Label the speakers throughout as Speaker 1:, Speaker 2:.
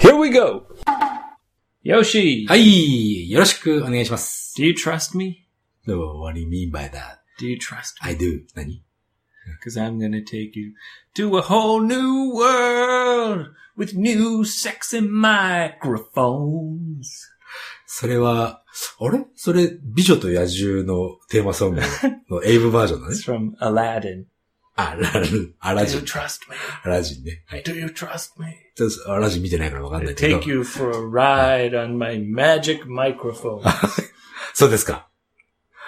Speaker 1: Here we go! Yoshi,
Speaker 2: はい、よろしくお願いします。
Speaker 1: do you trust me?
Speaker 2: No, what do you mean by that?
Speaker 1: Do you trust me?
Speaker 2: I do. 何
Speaker 1: Because I'm gonna take you to a whole new world with new sexy microphones.
Speaker 2: それは、あれそれ、美女と野獣のテーマソングのの英語バージョンだね
Speaker 1: It's。from Aladdin.
Speaker 2: あ、ラル、アラ
Speaker 1: Do
Speaker 2: ジ
Speaker 1: you
Speaker 2: ン。
Speaker 1: trust me?
Speaker 2: アラジンね。はい。
Speaker 1: Do you trust me?
Speaker 2: ちょっとアラジン見てないからわかんな
Speaker 1: I
Speaker 2: いけど
Speaker 1: take。you for a ride on my magic microphone.
Speaker 2: そうですか。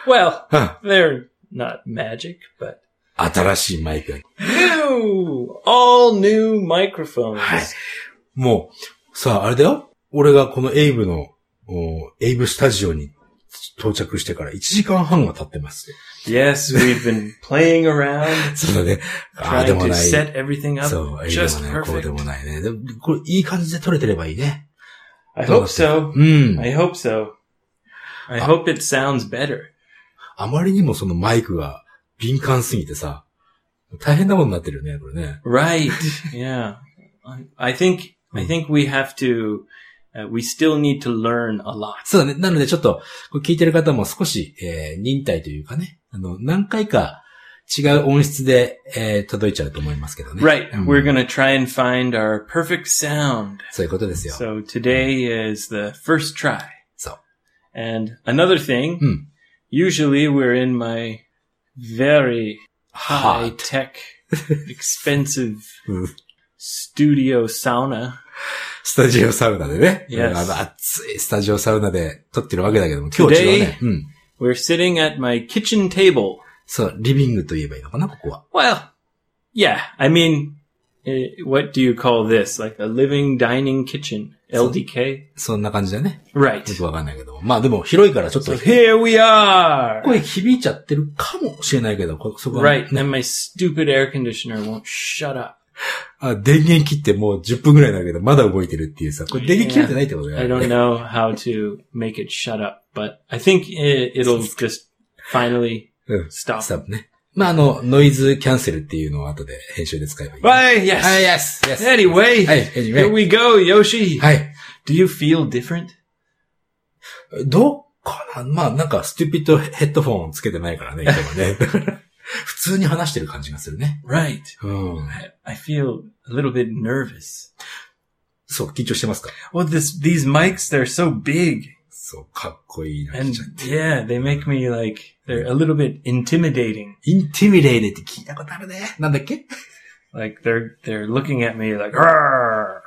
Speaker 1: well,
Speaker 2: うん
Speaker 1: they're not magic, but
Speaker 2: 新しいマイクが。
Speaker 1: new, all new microphones.
Speaker 2: はい。もう、さあ、あれだよ。俺がこのエイブの、おエイブスタジオに到着してから1時間半が経ってます。
Speaker 1: Yes, we've been playing around,
Speaker 2: そうだね。ああ
Speaker 1: trying
Speaker 2: でも
Speaker 1: to
Speaker 2: ない。
Speaker 1: set everything
Speaker 2: そ
Speaker 1: up
Speaker 2: う、あれでも
Speaker 1: just
Speaker 2: ない、こうで
Speaker 1: perfect.
Speaker 2: もないね。でも、これ、いい感じで撮れてればいいね。
Speaker 1: I hope so.
Speaker 2: うん。
Speaker 1: I hope so. I hope it sounds better.
Speaker 2: あまりにもそのマイクが敏感すぎてさ、大変なことになってるよね、これね。
Speaker 1: Right. yeah. I, I think, I think we have to, uh, we still need to learn a lot.
Speaker 2: そうだね。なのでちょっと、これ聞いてる方も少し、えー忍耐というかね、あの、何回か違う音質で、えー届いちゃうと思いますけどね。
Speaker 1: Right.
Speaker 2: うん
Speaker 1: We're going to try and find our perfect sound.
Speaker 2: そういうことですよ。
Speaker 1: So today is the first try.
Speaker 2: So.
Speaker 1: And another thing,
Speaker 2: Hmm.
Speaker 1: usually we're in my very high
Speaker 2: は
Speaker 1: tech, expensive
Speaker 2: うん
Speaker 1: studio sauna.
Speaker 2: スタジオサウナでね。
Speaker 1: Yes.
Speaker 2: うんあの、暑いスタジオサウナで撮ってるわけだけども、今日違うね。うん。
Speaker 1: We're sitting at my kitchen table.
Speaker 2: そう、リビングと言えばいいのかな、ここは。
Speaker 1: Well, yeah. I mean, eh, what do you call this? Like a living dining kitchen, LDK?
Speaker 2: そんな感じだね。
Speaker 1: Right.
Speaker 2: よくわかんないけども。まあでも広いからちょっと
Speaker 1: So here we are.
Speaker 2: 声響いちゃってるかもしれないけど、こそこは、
Speaker 1: Right,
Speaker 2: ね
Speaker 1: and my stupid air conditioner won't shut up.
Speaker 2: あ。電源切ってもう10分ぐらいだけど、まだ動いてるっていうさ、これ電源切れてないってことだ
Speaker 1: I
Speaker 2: よ
Speaker 1: don't
Speaker 2: ね。
Speaker 1: know how to make it shut up, but I think it, it'll just finally
Speaker 2: うん。
Speaker 1: stop.
Speaker 2: スタッフね。まああの、ノイズキャンセルっていうのを後で編集で使えばいい。
Speaker 1: Why, yes.
Speaker 2: はい、yes, yes.
Speaker 1: Anyway,
Speaker 2: はい、
Speaker 1: here
Speaker 2: anyway.
Speaker 1: we go, Yoshi.
Speaker 2: はい。
Speaker 1: Do you feel different?
Speaker 2: どうかなまあなんか、ステュピッドヘッドフォンつけてないからね、今はね。 普通に話してる感じがするね。
Speaker 1: Right.
Speaker 2: うん。
Speaker 1: I, I feel a little bit nervous.
Speaker 2: そう、緊張してますか
Speaker 1: Well, this, these mics, they're so big
Speaker 2: そう、かっこいいな、来
Speaker 1: and
Speaker 2: ちゃって。
Speaker 1: yeah, they make me like, they're a little bit intimidating.
Speaker 2: インティミレイレって聞いたことあるね。なんだっけ
Speaker 1: Like they're, they're looking at me like, "Arr,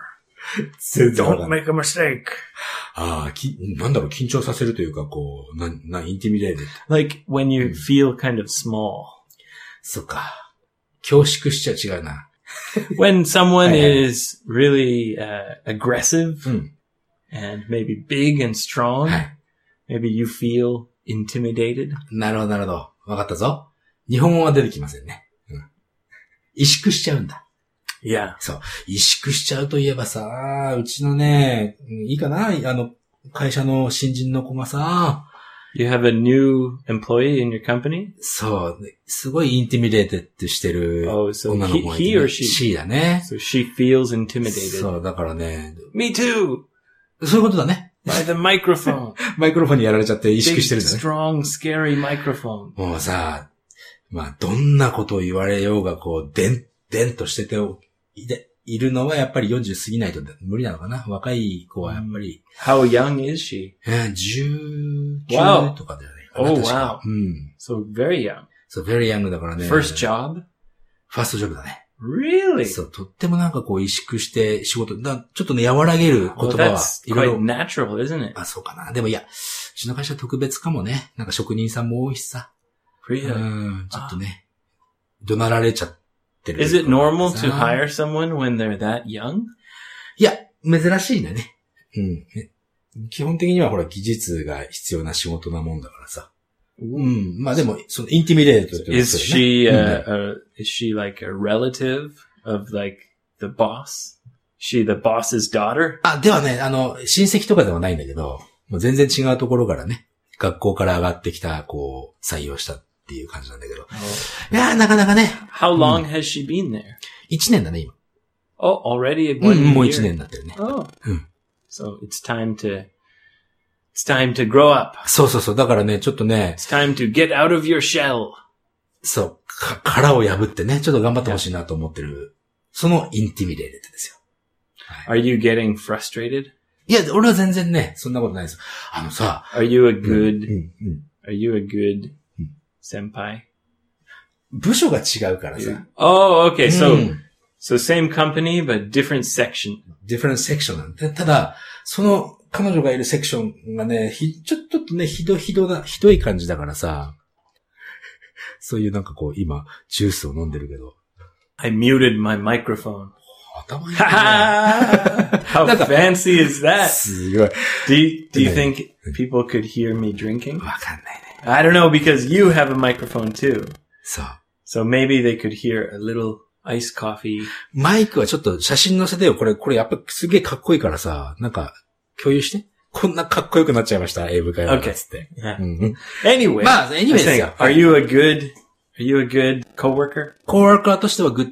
Speaker 2: 全
Speaker 1: don't make a mistake.
Speaker 2: ああ、き、なんだろう、緊張させるというか、こう、な、な、インティミレイレ。
Speaker 1: Like when you
Speaker 2: Mm.
Speaker 1: feel kind of small.
Speaker 2: そっか。恐縮しちゃ違うな。
Speaker 1: When someone
Speaker 2: Yeah.
Speaker 1: is really uh, aggressive
Speaker 2: Mm.
Speaker 1: and maybe big and strong,
Speaker 2: はい。
Speaker 1: maybe you feel intimidated.
Speaker 2: なるほど、なるほど。わかったぞ。日本語は出てきませんね。うん。萎縮しちゃうんだ。
Speaker 1: Yeah.
Speaker 2: 萎縮しちゃうといえばさ、うちのね、うんいいかなあの、会社の新人の子がさ、
Speaker 1: You have a new employee in your company?
Speaker 2: そう、すごいインティミレイテッドしてる
Speaker 1: Oh, so
Speaker 2: 女の
Speaker 1: he,
Speaker 2: 子がいてね
Speaker 1: he or she?
Speaker 2: ?C だね。
Speaker 1: So she feels intimidated.
Speaker 2: そう、だからね、
Speaker 1: Me too!
Speaker 2: そういうことだね。
Speaker 1: By the microphone.
Speaker 2: マイクロフォンにやられちゃって萎
Speaker 1: Big,
Speaker 2: 縮してるんだね。
Speaker 1: strong, scary microphone.
Speaker 2: もうさ、まあ、どんなことを言われようが、こう、でん、でんとしてておいで、いるのはやっぱり40過ぎないと無理なのかな若い子はやっぱり、
Speaker 1: How young is she?
Speaker 2: えー、19
Speaker 1: Wow.
Speaker 2: とかだよね。
Speaker 1: Oh,
Speaker 2: 確か
Speaker 1: wow.
Speaker 2: うん。
Speaker 1: So very young.
Speaker 2: そう、very young だからね。
Speaker 1: First job?
Speaker 2: ファーストジョブだね。
Speaker 1: Really?
Speaker 2: そう、とってもなんかこう、萎縮して仕事、なちょっとね、和らげる言
Speaker 1: Well,
Speaker 2: 葉は
Speaker 1: that's
Speaker 2: いろい
Speaker 1: quite
Speaker 2: ろ。
Speaker 1: natural, isn't it?
Speaker 2: あ、そうかな。でもいや、うちの会社特別かもね。なんか職人さんも多いしさ。う
Speaker 1: Really?
Speaker 2: ん、ちょっとね、怒鳴られちゃってる。
Speaker 1: Is it normal
Speaker 2: さ
Speaker 1: to hire someone when they're that young?
Speaker 2: いや、珍しいんだね。うん。え基本的にはほら、技術が必要な仕事なもんだからさ。うん。まあでも、その、インティミレートっていうのは
Speaker 1: Is
Speaker 2: そうよね
Speaker 1: she
Speaker 2: う
Speaker 1: uh,
Speaker 2: ん
Speaker 1: uh, is she like a relative of like the boss? She the boss's daughter?
Speaker 2: あ、ではね、あの、親戚とかではないんだけど、もう全然違うところからね、学校から上がってきた、こう、採用したっていう感じなんだけど。いやー、なかなかね、
Speaker 1: How long has she been there?
Speaker 2: 1年だね、今。
Speaker 1: Oh, already one
Speaker 2: うん、もう
Speaker 1: year.
Speaker 2: 1年になってるね。
Speaker 1: Oh.
Speaker 2: Hmm.
Speaker 1: So it's time to it's time to grow up.
Speaker 2: そうそうそう。だからね、ちょっとね、
Speaker 1: It's time to get out of your shell.
Speaker 2: そう、か殻を破ってね、ちょっと頑張ってほしいなと思ってる。そのインティミデーレットですよ。
Speaker 1: Are you getting frustrated?
Speaker 2: いや、俺は全然ね、そんなことないですよ。あのさ、
Speaker 1: Are you a
Speaker 2: うん
Speaker 1: good
Speaker 2: うん、
Speaker 1: are you a good
Speaker 2: Hmm.
Speaker 1: senpai?
Speaker 2: 部署が違うからさ。
Speaker 1: Oh, okay. So
Speaker 2: うん
Speaker 1: so same company but different section.
Speaker 2: different section なんで、ただ、その彼女がいるセクションがね、ひちょちょっとね、ひどひどな、ひどい感じだからさ、そういうなんかこう、今、ジュースを飲んでるけど、
Speaker 1: I muted my microphone.
Speaker 2: 頭いいな。
Speaker 1: How fancy is that?
Speaker 2: すごい。わ
Speaker 1: Do you, do you
Speaker 2: Yeah.
Speaker 1: think people could hear me
Speaker 2: かんない
Speaker 1: drinking?
Speaker 2: ね。
Speaker 1: I don't know because you have a microphone too.
Speaker 2: そう。
Speaker 1: So maybe they could hear a little iced coffee.
Speaker 2: マイクはちょっと写真載せてよ。これ、これやっぱすげえかっこいいからさ、なんか、共有して。こんなかっこよくなっちゃいました、英語会話が
Speaker 1: Okay.
Speaker 2: つって。
Speaker 1: Yeah.
Speaker 2: うんうん、
Speaker 1: Anyway,
Speaker 2: まあ、anyway で
Speaker 1: I
Speaker 2: す
Speaker 1: think,
Speaker 2: よ。
Speaker 1: are you a good are you a good coworker?
Speaker 2: コーワーカーとしてはグッ、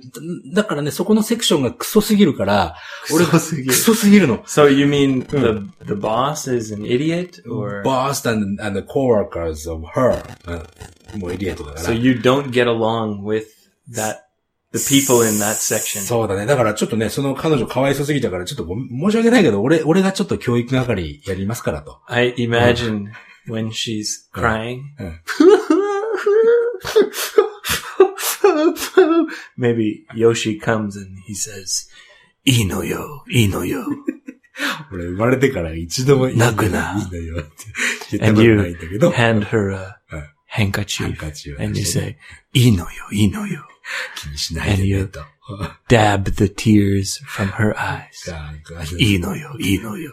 Speaker 2: だからね、そこのセクションがクソすぎるから、俺が
Speaker 1: クソすぎる
Speaker 2: クソすぎるの。
Speaker 1: So you mean the the boss is an idiot or
Speaker 2: boss and, and the coworkers of her. うんもうエリアとかだから。
Speaker 1: so you don't get along with that the people in that section?
Speaker 2: そうだね。だからちょっとね、その彼女かわいそうすぎたから、ちょっとごめん申し訳ないけど、俺、俺がちょっと教育係やりますからと。
Speaker 1: I imagine when she's crying, maybe Yoshi comes and he says, "Inoyo, inoyo."
Speaker 2: 俺生まれてから一度もいい
Speaker 1: 泣くない
Speaker 2: いんだよって言ったことないんだけど。
Speaker 1: Hand her a
Speaker 2: Uh.
Speaker 1: handkerchief.
Speaker 2: ハンカチを
Speaker 1: and you say, "Inoyo, inoyo."
Speaker 2: 気にしないでねと。
Speaker 1: Dab the tears from her eyes.
Speaker 2: なんか
Speaker 1: "Inoyo, inoyo."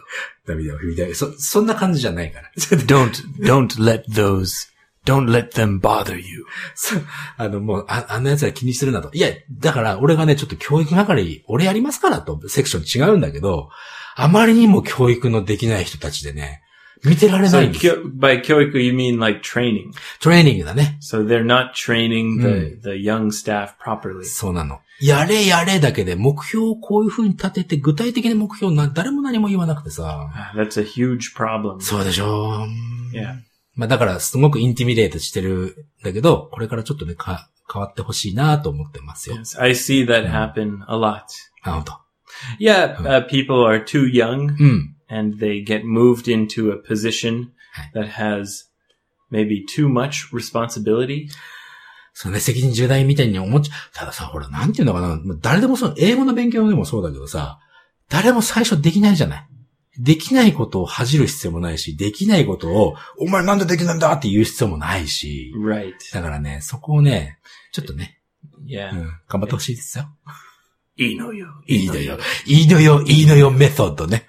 Speaker 2: 涙を拭いてそ、そんな感じじゃないから。
Speaker 1: Don't don't let those don't let them bother you.
Speaker 2: そうあの、もう、あ、あの奴ら気にするなと。いや、だから、俺がね、ちょっと教育係、俺やりますからと、セクション違うんだけど、あまりにも教育のできない人たちでね、見てられな
Speaker 1: So
Speaker 2: いんですよ。
Speaker 1: kyo- by kyoiku, you mean like training.
Speaker 2: トレーニングだね。
Speaker 1: So they're not training the, the young staff properly.
Speaker 2: そうなの。やれやれだけで、目標をこういう風に立てて、具体的な目標な、誰も何も言わなくてさ。
Speaker 1: Ah, That's a huge problem.
Speaker 2: そうでしょ
Speaker 1: Yeah.
Speaker 2: まあだから、すごくインティミデートしてるんだけど、これからちょっとね、か、変わってほしいなと思ってますよ。
Speaker 1: Yes, I see that happen a lot.
Speaker 2: なるほど。
Speaker 1: Yeah, uh, people are too young
Speaker 2: うん。
Speaker 1: and they get moved into a position that has maybe too much responsibility.
Speaker 2: そうね、責任重大みたいに思っちゃ、たださ、ほら、なんていうのかな、まあ誰でもそう、英語の勉強でもそうだけどさ、誰も最初できないじゃない。できないことを恥じる必要もないし、できないことを、お前なんでできないんだって言う必要もないし、
Speaker 1: Right.
Speaker 2: だからね、そこをね、ちょっとね、う
Speaker 1: Yeah.
Speaker 2: ん、頑張ってほしいですよ。
Speaker 1: Inoyo.
Speaker 2: いいのよ。いいのよ、いいのよ、メソッドね。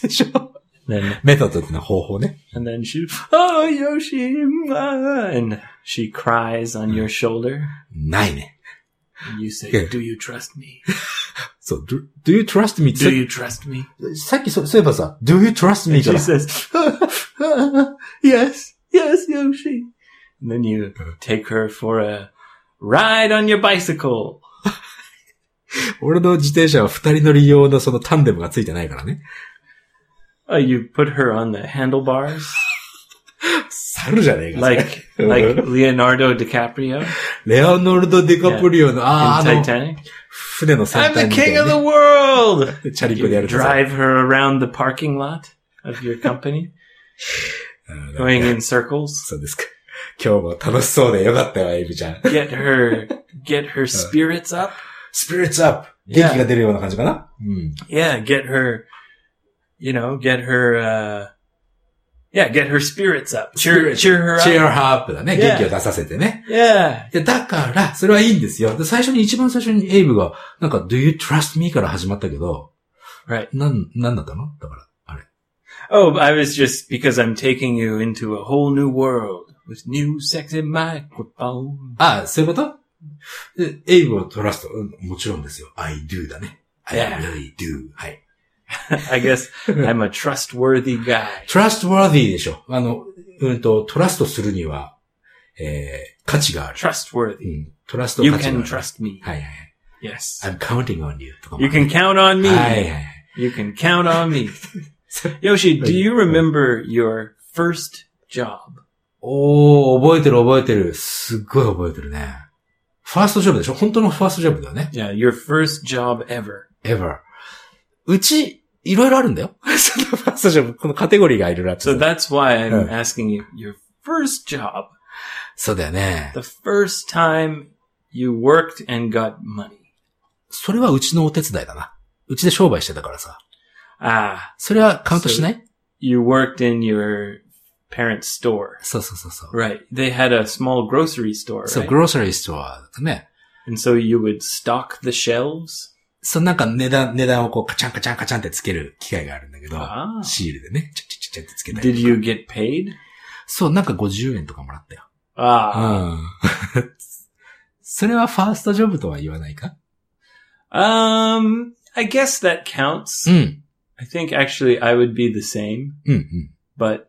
Speaker 2: でしょ
Speaker 1: Then,
Speaker 2: メソッドってのは方法ね。
Speaker 1: and then she, oh, Yoshi, mwah," and she cries on your shoulder.
Speaker 2: ないね。
Speaker 1: And you say,
Speaker 2: Yeah.
Speaker 1: do you trust me?
Speaker 2: そう、do, do you trust me?
Speaker 1: Do you trust me?
Speaker 2: さっきそ、そういえばさ、do you trust me? か
Speaker 1: She
Speaker 2: ら
Speaker 1: says, yes, yes, Yoshi. And then you take her for a ride on your bicycle.
Speaker 2: 俺の自転車は二人乗り用のそのタンデムがついてないからね。
Speaker 1: Oh, you put her on the handlebars
Speaker 2: 猿じゃねえか。
Speaker 1: like like Leonardo DiCaprio
Speaker 2: レオノルド・ディカプリオの、ああ、あ
Speaker 1: in
Speaker 2: の、
Speaker 1: Titanic.
Speaker 2: 船の先
Speaker 1: Ah,
Speaker 2: 端
Speaker 1: I'm the
Speaker 2: みたい
Speaker 1: king
Speaker 2: な
Speaker 1: of
Speaker 2: ね、
Speaker 1: the world.
Speaker 2: チャリコでや
Speaker 1: You
Speaker 2: るとさ
Speaker 1: drive her around the parking lot of your company,
Speaker 2: うんなんか
Speaker 1: going in circles.
Speaker 2: そうですか。今日も楽しそうでよかったよ、エビちゃん。
Speaker 1: Get her get her spirits up.
Speaker 2: スピリッツアップ元気が出るような感じかなうん。
Speaker 1: yeah, get her, you know, get her, uh, yeah, get her spirits up,
Speaker 2: Spirit.
Speaker 1: cheer, cheer her
Speaker 2: チェ
Speaker 1: up.
Speaker 2: アハープだね。
Speaker 1: Yeah.
Speaker 2: 元気を出させてね。
Speaker 1: Yeah.
Speaker 2: でだから、それはいいんですよ。で最初に、一番最初にエイブが、なんか、do you trust me? から始まったけど、
Speaker 1: Right.
Speaker 2: なん、なんだったのだから、あれ。
Speaker 1: Oh, I was just because I'm taking you into a whole new world with new sexy microphone.
Speaker 2: ああ、そういうことでエイブをトラスト、うんもちろんですよ。I do だね。I
Speaker 1: Yeah.
Speaker 2: really do. はい。
Speaker 1: I guess I'm a trustworthy guy.
Speaker 2: trustworthy でしょ。あの、うんと、トラストするには、えー、価値がある。
Speaker 1: Trustworthy.
Speaker 2: うん。トラスト
Speaker 1: You
Speaker 2: 価値があ
Speaker 1: can
Speaker 2: る。
Speaker 1: trust me.
Speaker 2: はいはいはい。
Speaker 1: Yes.
Speaker 2: I'm counting on you とかも
Speaker 1: You can count on me.
Speaker 2: はいはい。
Speaker 1: You can count on me.
Speaker 2: そ
Speaker 1: Yoshi, do
Speaker 2: Right.
Speaker 1: you remember your first job?
Speaker 2: おー、覚えてる覚えてる。すっごい覚えてるね。ファーストジョブでしょ本当のファーストジョブだよね。
Speaker 1: Yeah, your first job ever.
Speaker 2: ever. うち、いろいろあるんだよ。 そのファーストジョブ、このカテゴリーがいろいろあってさ
Speaker 1: So that's why I'm
Speaker 2: Right.
Speaker 1: asking you your first job,
Speaker 2: そうだよね。
Speaker 1: the first time you worked and got money.
Speaker 2: それはうちのお手伝いだな。うちで商売してたからさ。
Speaker 1: Ah,
Speaker 2: それはカウントしない
Speaker 1: you worked in your parents' store.
Speaker 2: そうそうそうそう。
Speaker 1: Right. They had a small grocery store.
Speaker 2: そう、
Speaker 1: right?
Speaker 2: グローサリーストアだとね。
Speaker 1: and so you would stock the shelves.
Speaker 2: そう、なんか値段、値段をこう、カチャンカチャンカチャンってつける機械があるんだけど、
Speaker 1: Ah.
Speaker 2: シールでね、チャチャチャチャってつけたり
Speaker 1: Did
Speaker 2: とか。
Speaker 1: you get paid?
Speaker 2: そう、なんか50円とかもらったよ。
Speaker 1: Ah.
Speaker 2: うん。 それはファーストジョブとは言わないか
Speaker 1: Um, I guess that counts.
Speaker 2: うん。うん、
Speaker 1: I think actually I would be the same,
Speaker 2: うん。
Speaker 1: but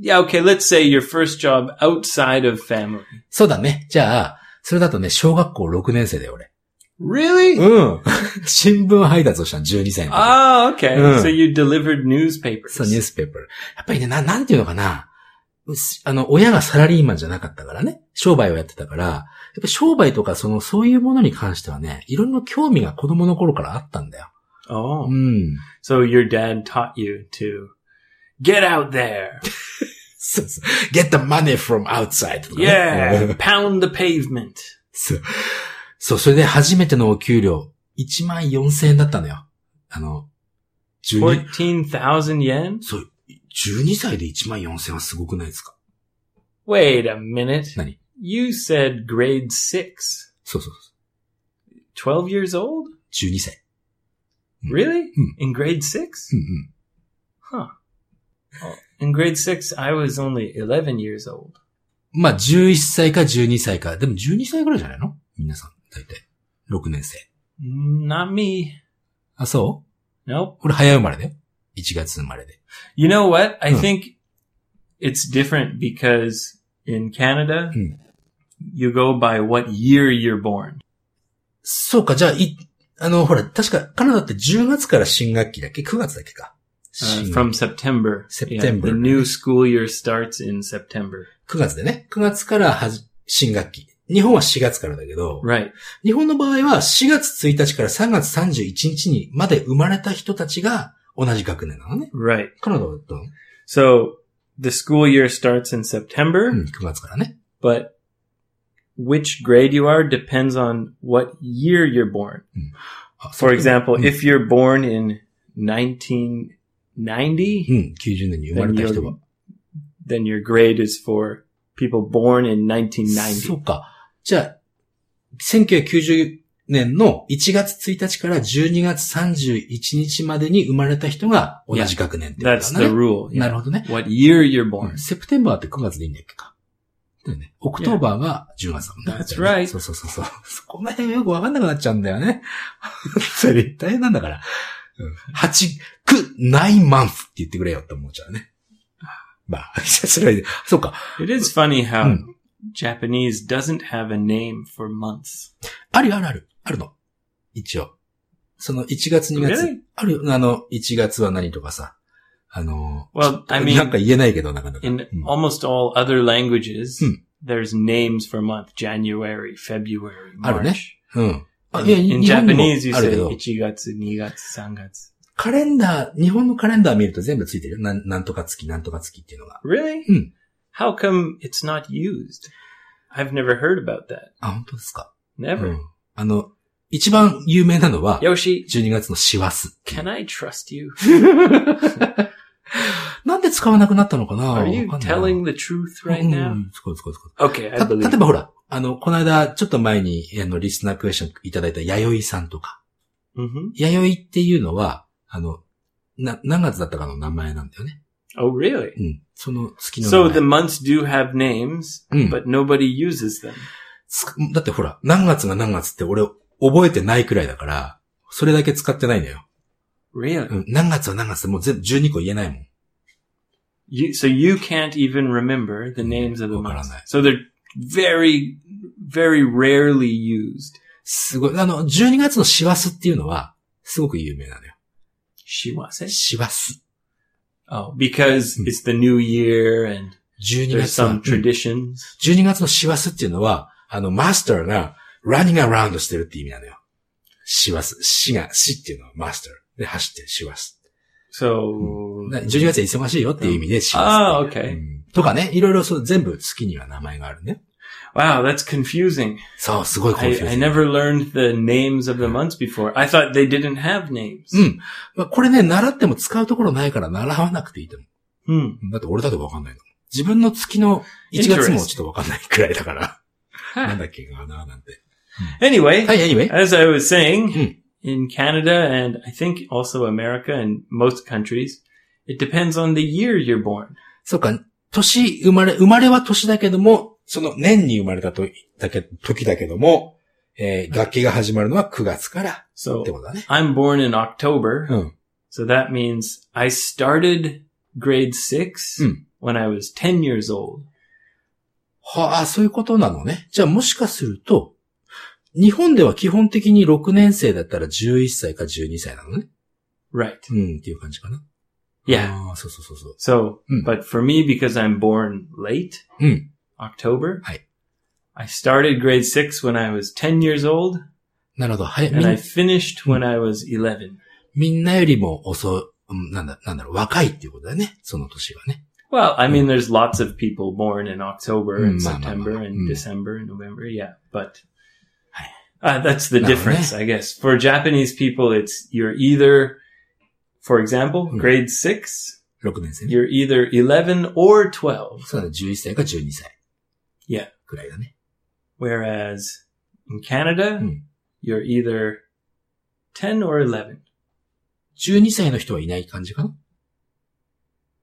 Speaker 1: yeah, okay, let's say your first job outside of family.
Speaker 2: そうだね。じゃあ、それだとね、小学校6年生で俺。
Speaker 1: Really?
Speaker 2: うん。 新聞配達をしたの12歳の時。
Speaker 1: Ah, okay.
Speaker 2: Mm.
Speaker 1: So you delivered newspapers.
Speaker 2: そう、ニュースペーパー。やっぱりね、な、なんていうのかな。うすあの、親がサラリーマンじゃなかったからね。商売をやってたから、やっぱ商売とか、その、そういうものに関してはね、いろんな興味が子供の頃からあったんだよ。う
Speaker 1: Oh.
Speaker 2: ん。
Speaker 1: So your dad taught you to get out there.
Speaker 2: そうそう。get the money from outside とかね。
Speaker 1: Yeah. Pound the pavement.
Speaker 2: そう。そう、それで初めてのお給料、1万4千円だったのよ。あの、12、
Speaker 1: 14,000 yen?
Speaker 2: そう、12歳で1万4千はすごくないですか
Speaker 1: Wait a minute.
Speaker 2: 何
Speaker 1: You said grade six.
Speaker 2: そうそうそ
Speaker 1: 12 years
Speaker 2: う。
Speaker 1: old?
Speaker 2: 12歳。Mm.
Speaker 1: Really?
Speaker 2: Mm.
Speaker 1: In grade six?
Speaker 2: うんうん。
Speaker 1: In grade six, I was only 11 years old.
Speaker 2: まあ、11歳か12歳か。でも12歳ぐらいじゃないの皆さん、大体。6年生。
Speaker 1: Not me.
Speaker 2: あ、そう
Speaker 1: Nope.
Speaker 2: 俺早生まれだよ。1月生まれで。
Speaker 1: You know what? I
Speaker 2: Hmm.
Speaker 1: think it's different because in Canada,
Speaker 2: Hmm.
Speaker 1: you go by what year you're born.
Speaker 2: そうか、じゃあ、い、あの、ほら、確か、カナダって10月から新学期だっけ ?9 月だっけか。
Speaker 1: Uh,
Speaker 2: 新
Speaker 1: from September. Yeah,
Speaker 2: September.
Speaker 1: the new school year starts in September.
Speaker 2: 9月でね。9月からはじ、新学期。日本は4月からだけど、
Speaker 1: Right.
Speaker 2: 日本の場合は4月1日から3月31日にまで生まれた人たちが同じ学年なのね。
Speaker 1: Right.
Speaker 2: カナダだったの
Speaker 1: So the school year starts in September.
Speaker 2: うん、9月からね。
Speaker 1: but which grade you are depends on what year you're born.
Speaker 2: あ
Speaker 1: For example,
Speaker 2: うん
Speaker 1: if you're born in 1990,
Speaker 2: うん、90年に生まれた人は。
Speaker 1: then your grade is for people born in
Speaker 2: そ
Speaker 1: 1990.
Speaker 2: うか。じゃあ、1990年の1月1日から12月31日までに生まれた人が同じ学年ってこと
Speaker 1: That's
Speaker 2: だね。
Speaker 1: the rule.
Speaker 2: な
Speaker 1: yeah.
Speaker 2: るほどね。
Speaker 1: What year you're born.
Speaker 2: セプテンバーって9月でいいんだっけか。だよね。オクトーバーが10月だもんね。
Speaker 1: That's right.
Speaker 2: そうそうそうそう。そこの辺よくわかんなくなっちゃうんだよね。 それ大変なんだから。8、9、9マンスって言ってくれよって思っちゃうね。まあ、 それはいいそうか。
Speaker 1: It is funny how
Speaker 2: Mm.
Speaker 1: Japanese doesn't have a name for months.
Speaker 2: あるよあるある。あるの。一応。その1月2月。
Speaker 1: Really?
Speaker 2: あるよ。あの、1月は何とかさ。あの、
Speaker 1: Well, I
Speaker 2: なんか
Speaker 1: mean,
Speaker 2: 言えないけど、なかなか。
Speaker 1: in
Speaker 2: うん
Speaker 1: almost all other languages,
Speaker 2: Mm.
Speaker 1: there's names for month. January, February,
Speaker 2: Arne?
Speaker 1: March.
Speaker 2: うん。あ
Speaker 1: In,
Speaker 2: いや、日
Speaker 1: in
Speaker 2: 本にも
Speaker 1: Japanese, Oh, you
Speaker 2: ある
Speaker 1: say
Speaker 2: けど
Speaker 1: 1月, 2月, 3月.
Speaker 2: カレンダー、日本のカレンダー見ると全部ついてるよ。なんなんとか月、なんとか月っていうのが。
Speaker 1: Really?
Speaker 2: Hmm.
Speaker 1: How come it's not used? I've never heard about that.
Speaker 2: あ、本当ですか。う
Speaker 1: Never.
Speaker 2: ん。あの、一番有名なのは、
Speaker 1: Yoshi,
Speaker 2: 12月の師走っていう。
Speaker 1: can I trust you? Oh,
Speaker 2: なんで使わなくなったのかな
Speaker 1: Are
Speaker 2: わ
Speaker 1: you
Speaker 2: かんないな
Speaker 1: telling the truth right
Speaker 2: う
Speaker 1: now?
Speaker 2: ん使う使う使う。
Speaker 1: Okay,
Speaker 2: た
Speaker 1: I
Speaker 2: 例
Speaker 1: believe.
Speaker 2: えばほら、あの、この間、ちょっと前に、あの、リスナークエスチョンいただいた弥生さんとか。
Speaker 1: hmm
Speaker 2: 弥生っていうのは、あの、な、何月だったかの名前なんだよね。
Speaker 1: Oh, really?
Speaker 2: うん。その月の名
Speaker 1: So
Speaker 2: 前。
Speaker 1: the months do have names,
Speaker 2: うん。
Speaker 1: but nobody uses them.
Speaker 2: つだってほら、何月が何月って俺覚えてないくらいだから、それだけ使ってないんだよ。
Speaker 1: Really?
Speaker 2: うん。何月は何月ってもう全部12個言えないもん。
Speaker 1: You, so you can't even remember the names of the
Speaker 2: Wakaranai.
Speaker 1: months. So they're very, very rarely used.
Speaker 2: すごい。あの、12月の師走っていうのは、すごく有名なのよ。
Speaker 1: She wants it.
Speaker 2: 師走。
Speaker 1: Oh, because it's the new year and
Speaker 2: 12
Speaker 1: there's
Speaker 2: 月は、う
Speaker 1: some
Speaker 2: ん
Speaker 1: traditions.
Speaker 2: 12月の師走っていうのは、あの、マスターが、ランニングアラウンドしてるって意味なのよ。師走。師が、師っていうのはマスター。で、走ってる師走。
Speaker 1: So
Speaker 2: な12月忙しいよっていう意味で師走。
Speaker 1: あー
Speaker 2: っていうう
Speaker 1: OK
Speaker 2: んとかね、いろいろそう全部月には名前があるね。
Speaker 1: wow, that's confusing.
Speaker 2: そう、すごい
Speaker 1: I,
Speaker 2: する
Speaker 1: I never learned the names of the months before. I thought they didn't have names.
Speaker 2: うん。まあ、これね、習っても使うところないから習わなくていいと思
Speaker 1: Hmm.
Speaker 2: う。だって俺だとわかんないの。自分の月の1月もちょっとわかんないくらいだから。なんだっけかな、なんて。
Speaker 1: Anyway,
Speaker 2: はい、anyway。
Speaker 1: as I was saying,
Speaker 2: Mm.
Speaker 1: in Canada and I think also America and most countries, it depends on the year you're born.
Speaker 2: そうか、年、生まれ、生まれは年だけども、その年に生まれたとだけ時だけども、えー、楽器が始まるのは9月からっ
Speaker 1: So
Speaker 2: てことだね。
Speaker 1: I'm born in October.
Speaker 2: うん。
Speaker 1: So that means I started grade six
Speaker 2: Mm.
Speaker 1: when I was 10 years old.
Speaker 2: はあ、そういうことなのね。じゃあもしかすると、日本では基本的に6年生だったら11歳か12歳なのね。
Speaker 1: Right.
Speaker 2: うん、っていう感じかな。Oh.
Speaker 1: Yeah.
Speaker 2: あーそうそうそうそう。
Speaker 1: So,
Speaker 2: Mm.
Speaker 1: but for me, because I'm born late,
Speaker 2: Mm.
Speaker 1: October,
Speaker 2: Aye.
Speaker 1: I started grade six when I was 10 years old
Speaker 2: なるほど。はい。み
Speaker 1: and I
Speaker 2: ん
Speaker 1: finished when I was 11.
Speaker 2: みんなよりも遅い、うんなんだ、なんだろう、若いっていうことだね。その年はね。
Speaker 1: Well, I mean, there's lots of people born in October and
Speaker 2: Mm, ma, ma, ma.
Speaker 1: September and
Speaker 2: Mm.
Speaker 1: December and November. Yeah, but
Speaker 2: Aye.
Speaker 1: uh, that's the
Speaker 2: No,
Speaker 1: difference, I guess. For Japanese people, it's you're either, for example,
Speaker 2: Mm.
Speaker 1: grade six,
Speaker 2: 6年生ね。
Speaker 1: you're either 11 or 12.
Speaker 2: そうだね、11歳か12歳。
Speaker 1: いや。
Speaker 2: くらいだね。
Speaker 1: Whereas in Canada,
Speaker 2: Mm.
Speaker 1: you're either 10 or 11.
Speaker 2: 12歳の人はいない感じかな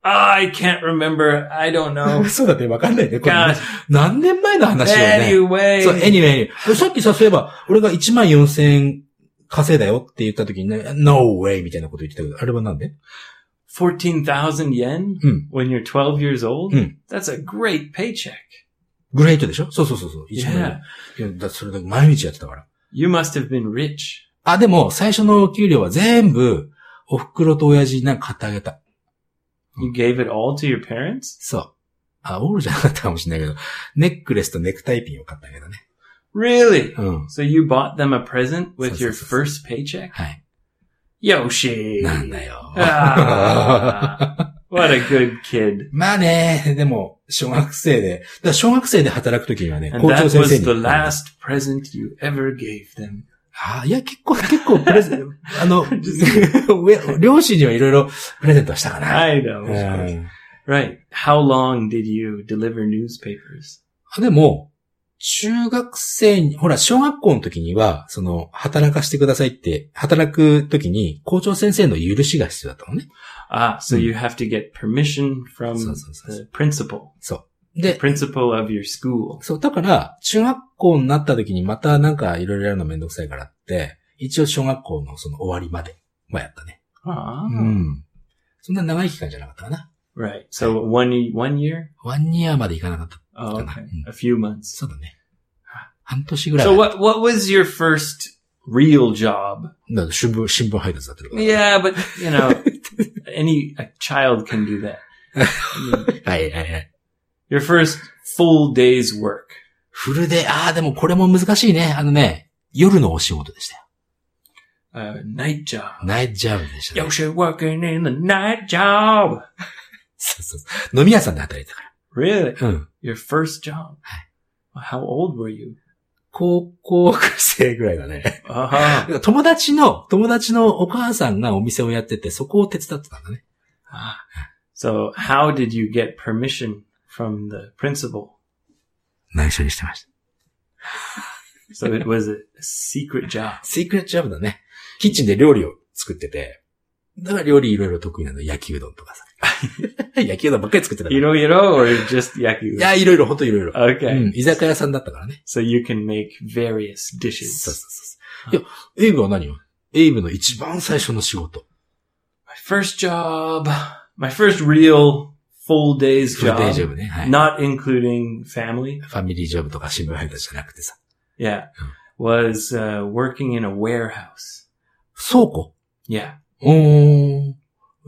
Speaker 1: I can't remember. I don't know.
Speaker 2: そうだね、わかんないね。これね
Speaker 1: God.
Speaker 2: 何年前の話よね。
Speaker 1: Anyway.
Speaker 2: そう、anyway。さっきさ、そういえば、俺が1万4千稼いだよって言った時にね、no way みたいなこと言ってたけど、あれはなんで
Speaker 1: 14,000 yen
Speaker 2: Hmm.
Speaker 1: when you're 12 years old?
Speaker 2: Hmm.
Speaker 1: That's a great paycheck.
Speaker 2: グレートでしょそうそうそうそう。1
Speaker 1: Yeah.
Speaker 2: 万4いや、だそれだけ毎日やってたから。
Speaker 1: You must have been rich.
Speaker 2: あ、でも、最初のお給料は全部、お袋と親父になんか買ってあげた。Hmm.
Speaker 1: You gave it all to your parents?
Speaker 2: そう。あ、オールじゃなかったかもしれないけど、ネックレスとネクタイピンを買ってあげたね。
Speaker 1: Really?
Speaker 2: うん。
Speaker 1: So you bought them a present with
Speaker 2: So, so,
Speaker 1: your
Speaker 2: so, so.
Speaker 1: first paycheck?
Speaker 2: はい。
Speaker 1: Yoshi.
Speaker 2: なんだよ。
Speaker 1: Ah. what a good kid.
Speaker 2: まあね、でも、小学生で、だから小学生で働くときにはね、
Speaker 1: And
Speaker 2: 校
Speaker 1: that
Speaker 2: 長先生
Speaker 1: was
Speaker 2: に。
Speaker 1: the last present you ever gave them.
Speaker 2: あいや、結構、結構、プレゼン、 あ の、
Speaker 1: Just-
Speaker 2: 上両親にはいろいろプレゼントはしたかな。
Speaker 1: I know.
Speaker 2: うん、
Speaker 1: Right. How long did you deliver newspapers?
Speaker 2: でも、中学生に、ほら、小学校の時には、その、働かしてくださいって、働く時に、校長先生の許しが必要だったのね。
Speaker 1: Ah, so
Speaker 2: Hmm.
Speaker 1: you have to get permission from
Speaker 2: So, so, so, so.
Speaker 1: the principal.
Speaker 2: で、
Speaker 1: principal of your school.
Speaker 2: そう、だから、中学校になった時にまたなんかいろいろやるのめんどくさいからって、一応小学校のその終わりまではやったね。
Speaker 1: Ah,
Speaker 2: うん。そんな長い期間じゃなかったかな。
Speaker 1: right. So one y- one year.
Speaker 2: ワンイヤーまでいかなかった。
Speaker 1: Oh,
Speaker 2: Dunno.
Speaker 1: okay.
Speaker 2: Mm.
Speaker 1: a few months.
Speaker 2: そうだね。半年ぐらい。
Speaker 1: So what what was your first real job?
Speaker 2: だから新聞、新聞配達だったけど。
Speaker 1: Yeah, but you know, any a child can do that. I mean,
Speaker 2: はいはいはい。
Speaker 1: your first full day's work.
Speaker 2: フルで、ああ、でもこれも難しいね。あのね、夜のお仕事でしたよ。
Speaker 1: Uh, night job.
Speaker 2: ナイトジャブでしたね。
Speaker 1: Yoshi working in the night job.
Speaker 2: そうそうそう。飲み屋さんで働いてたか
Speaker 1: Really?
Speaker 2: ら。うん。
Speaker 1: Your first job? Well, How old were you?
Speaker 2: 高校生ぐらいだね。
Speaker 1: Uh-huh.
Speaker 2: 友達の、友達のお母さんがお店をやってて、そこを手伝ってたんだね。
Speaker 1: Ah. So how did you get permission from the principal?
Speaker 2: 内緒にしてました。
Speaker 1: So it was a secret job.
Speaker 2: シークレットジャブだね。キッチンで料理を作ってて、だから料理いろいろ得意なの。焼きうどんとかさ。 焼きうどんばっかり作ってたから。
Speaker 1: Iro Iro or just Yaku?
Speaker 2: いや、いろいろ、ほんといろいろ。
Speaker 1: Okay.
Speaker 2: うん、居酒屋さんだったからね。
Speaker 1: So you can make various
Speaker 2: そう
Speaker 1: dishes.
Speaker 2: そうそうそう。いや、エイブは何よエイブの一番最初の仕事。
Speaker 1: My first job, my first real full day's
Speaker 2: フル
Speaker 1: job,
Speaker 2: デイジョブね。はい。フ
Speaker 1: not including family.
Speaker 2: ァミリージョブとか新聞配達じゃなくてさ。
Speaker 1: Yeah. was uh, working in a warehouse.
Speaker 2: 倉庫
Speaker 1: Yeah.
Speaker 2: うーん。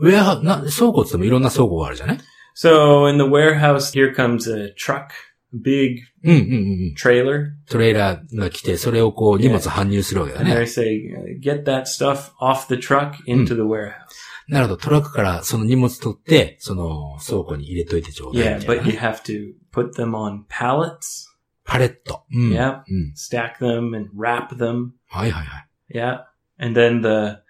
Speaker 2: ウェアハウス、な、倉庫って言ってもいろんな倉庫があるじゃない
Speaker 1: So in the warehouse, here comes a truck, big
Speaker 2: うんうんうんうん。
Speaker 1: trailer.
Speaker 2: トレーラーが来て、それをこう荷物搬入するわけだ
Speaker 1: And they
Speaker 2: ね。
Speaker 1: say, uh, get that stuff off the truck into the warehouse.
Speaker 2: なるほど、トラックからその荷物取って、その倉庫に入れといてちょうだい
Speaker 1: Yeah,
Speaker 2: みたい
Speaker 1: but
Speaker 2: な
Speaker 1: you
Speaker 2: ね。
Speaker 1: have to put them on pallets.
Speaker 2: パレット。うん。
Speaker 1: Yeah.
Speaker 2: うん。
Speaker 1: Stack them and wrap them.
Speaker 2: はいはいはい。
Speaker 1: Yeah. And then the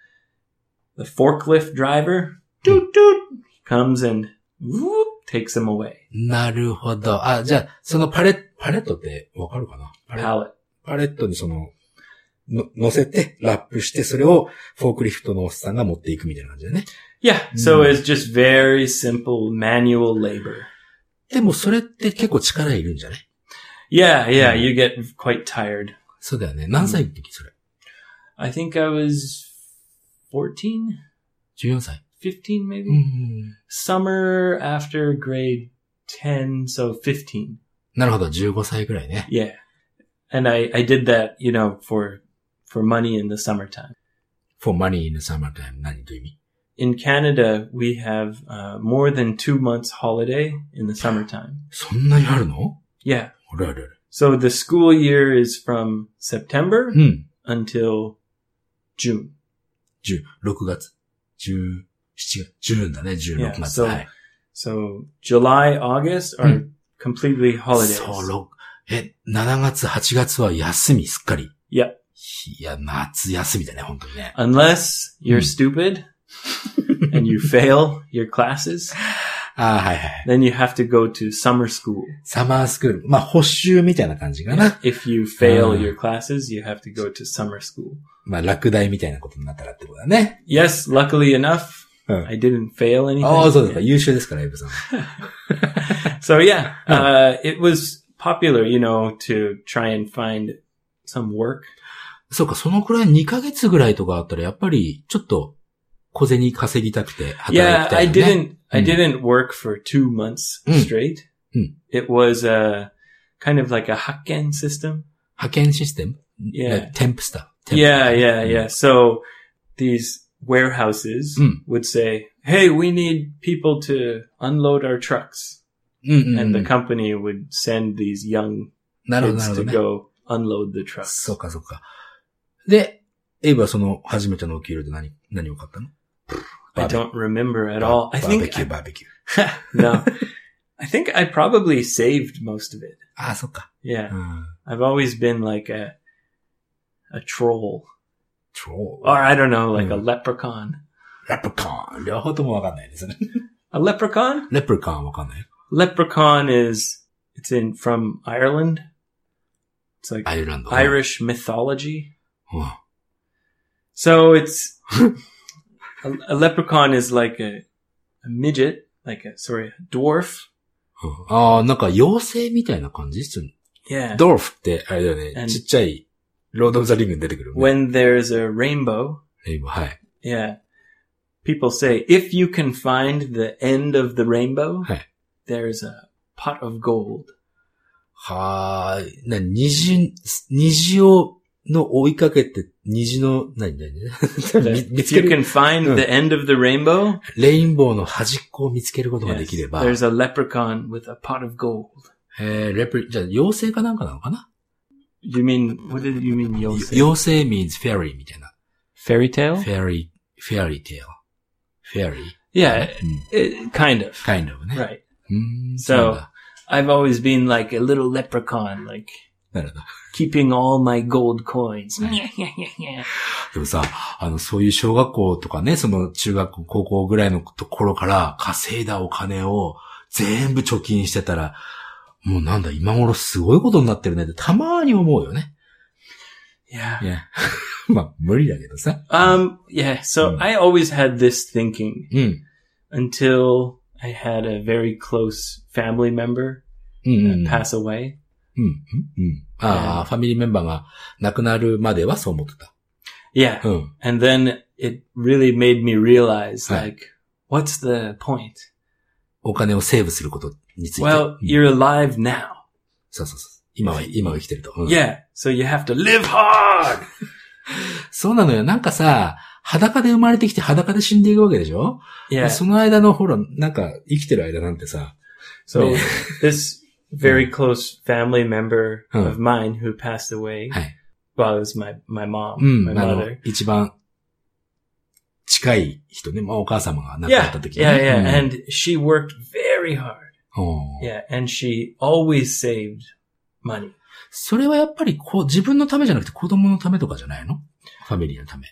Speaker 1: the forklift driver doot, doot, comes and whoop, takes them away.
Speaker 2: なるほど。あ、じゃあ、そのパレット、パレットってわかるかなパレット
Speaker 1: Pallet.
Speaker 2: パレットにその、の、乗せて、ラップして、それをフォークリフトのおっさんが持っていくみたいな感じだね。
Speaker 1: Yeah. So
Speaker 2: Mm.
Speaker 1: it's just very simple manual labor.
Speaker 2: でもそれって結構力いるんじゃない
Speaker 1: Yeah, yeah,
Speaker 2: Mm.
Speaker 1: you get quite tired.
Speaker 2: そうだよね。何歳の時それ
Speaker 1: I think I was 14,
Speaker 2: ?14 歳。
Speaker 1: 15 maybe.
Speaker 2: Mm. ん。
Speaker 1: Summer after grade 10, so 15.
Speaker 2: なるほど、15歳ぐらいね。
Speaker 1: Yeah. And I, I did that, you know, for, for money in the summertime.
Speaker 2: for money in the summertime 何という意味
Speaker 1: In Canada, we have uh, more than two months holiday in the summertime.
Speaker 2: そんなにあるの
Speaker 1: Yeah.
Speaker 2: あるあるある。
Speaker 1: So the school year is from September
Speaker 2: うん。
Speaker 1: until June.
Speaker 2: 10、6月。10、7月。10だね、16
Speaker 1: Yeah,
Speaker 2: 月。
Speaker 1: so
Speaker 2: はい。
Speaker 1: So July, August are
Speaker 2: Hmm.
Speaker 1: completely holidays.
Speaker 2: そう、ろくえ、7月、8月は休み、すっかり。
Speaker 1: いや。
Speaker 2: いや、夏休みだね、本当にね。
Speaker 1: Unless you're
Speaker 2: Mm.
Speaker 1: stupid and you fail your classes,
Speaker 2: ああ、はいはい。
Speaker 1: then you have to go to summer school.
Speaker 2: サマースクール。まあ、補習みたいな感じかな。
Speaker 1: If you fail
Speaker 2: Ah.
Speaker 1: your classes, you have to go to summer school.
Speaker 2: まあ、落第みたいなことになったらってことだね。
Speaker 1: Yes, luckily enough,
Speaker 2: Huh. Oh,
Speaker 1: I didn't fail anything.
Speaker 2: ああ、そうですか。優秀ですから、エブさんは。
Speaker 1: So yeah, uh, it was popular, you know, to try and find some work.
Speaker 2: そうか、そのくらい2ヶ月ぐらいとかあったら、やっぱり、ちょっと、小銭稼ぎたくて、働き
Speaker 1: yeah,
Speaker 2: た
Speaker 1: I
Speaker 2: いよね。
Speaker 1: didn't, I
Speaker 2: Mm.
Speaker 1: didn't work for two months
Speaker 2: Mm.
Speaker 1: straight.
Speaker 2: Mm.
Speaker 1: It was a kind of like a hakken system.
Speaker 2: 派遣システム
Speaker 1: Yeah.
Speaker 2: ねテンプスター。
Speaker 1: Yeah, yeah,
Speaker 2: うん
Speaker 1: yeah. So these warehouses
Speaker 2: Mm.
Speaker 1: would say, Hey, we need people to unload our trucks.
Speaker 2: うんうん
Speaker 1: And
Speaker 2: う
Speaker 1: the
Speaker 2: ん。
Speaker 1: company would send these young
Speaker 2: なるほど、なる
Speaker 1: kids to
Speaker 2: ほどね。
Speaker 1: go unload the trucks.
Speaker 2: そうか、そうか。で、エイブはその、初めてのお給料で何、何を買ったの
Speaker 1: I don't remember at all. I
Speaker 2: バーベ
Speaker 1: think
Speaker 2: キュー、バーベキュー。
Speaker 1: no. I think I probably saved most of it.
Speaker 2: ああ、そっか。う
Speaker 1: Yeah.
Speaker 2: ん。
Speaker 1: I've always been like a a troll.
Speaker 2: トロ
Speaker 1: Or I don't know, like a
Speaker 2: Mm.
Speaker 1: leprechaun.
Speaker 2: ー。レプリカン。両方ともわかんない ですね。
Speaker 1: A leprechaun?
Speaker 2: レプリカンわかんないよ。
Speaker 1: Leprechaun is it's in from Ireland. It's like
Speaker 2: アイルランド。
Speaker 1: Irish mythology.
Speaker 2: うん。
Speaker 1: So it's a, a leprechaun is like a, a midget, like a sorry, a dwarf.
Speaker 2: うんああ、なんか妖精みたいな感じその
Speaker 1: Yeah.
Speaker 2: ドルフって、あれだよ
Speaker 1: And-
Speaker 2: ね。ちっちゃい、ロード・オブ・ザ・リングに出てくるね。
Speaker 1: When there's a rainbow,
Speaker 2: エイブ、はい。
Speaker 1: yeah. People say if you can find the end of the rainbow,
Speaker 2: Hey.
Speaker 1: there's a pot of gold.
Speaker 2: はーい。な、虹、虹を、の追いかけて、虹の、何、 何、
Speaker 1: That
Speaker 2: 何見つ
Speaker 1: if
Speaker 2: け
Speaker 1: you
Speaker 2: る。
Speaker 1: can find
Speaker 2: Mm.
Speaker 1: the end of the rainbow,
Speaker 2: レインボーの端っこを見つけることがで
Speaker 1: yes,
Speaker 2: きれば、
Speaker 1: there's a leprechaun with a pot of gold.
Speaker 2: えー、レプリ、じゃあ、妖精かなんかなのかな
Speaker 1: You mean what did you mean?
Speaker 2: 妖精
Speaker 1: Yosei?
Speaker 2: means fairy みたいな。
Speaker 1: Fairy tale?
Speaker 2: fairy, fairy tale. fairy.
Speaker 1: Yeah,
Speaker 2: うん。
Speaker 1: it, kind of.
Speaker 2: kind of ね。
Speaker 1: Right.
Speaker 2: うーん。
Speaker 1: So-
Speaker 2: そうなんだ。
Speaker 1: I've always been like a little leprechaun, like
Speaker 2: なるほど。
Speaker 1: keeping all my gold coins.
Speaker 2: でもさ、あの、そういう小学校とかね、その中学校、高校ぐらいのところから稼いだお金を全部貯金してたら、もうなんだ、今頃すごいことになってるねってたまーに思うよね。
Speaker 1: Yeah.
Speaker 2: いや。 まあ、無理だけどさ。
Speaker 1: Um, yeah, so
Speaker 2: Mm.
Speaker 1: I always had this thinking
Speaker 2: うん。
Speaker 1: until I had a very close family member
Speaker 2: うんうんうん。
Speaker 1: pass away.
Speaker 2: うん。うん。うん。ああ、ファミリーメンバーが亡くなるまではそう思ってた。
Speaker 1: Yeah.
Speaker 2: うん。
Speaker 1: And then it really made me realize
Speaker 2: Right.
Speaker 1: like, what's the point?
Speaker 2: お金をセーブすることについて。
Speaker 1: Well,
Speaker 2: うん
Speaker 1: you're alive now.
Speaker 2: そうそうそう。今は、今は生きてると。うん
Speaker 1: Yeah. So you have to live hard.
Speaker 2: そうなのよ。なんかさ、裸で生まれてきて裸で死んでいくわけでしょ、
Speaker 1: Yeah.
Speaker 2: その間の、ほら、なんか、生きてる間なんてさ、
Speaker 1: So
Speaker 2: Yeah.
Speaker 1: this very close family member
Speaker 2: Huh.
Speaker 1: of mine who passed away,
Speaker 2: はい。
Speaker 1: well, it was my, my mom,
Speaker 2: うん、
Speaker 1: Hmm, my
Speaker 2: あの
Speaker 1: mother.、
Speaker 2: 一番、近い人ね。まあ、お母様が亡くなっ
Speaker 1: Yeah.
Speaker 2: た時ね。
Speaker 1: Yeah. Yeah.
Speaker 2: うん
Speaker 1: And she worked very hard.
Speaker 2: おー
Speaker 1: Yeah. And she always saved money.
Speaker 2: それはやっぱりこう、自分のためじゃなくて子供のためとかじゃないのファミリーのため。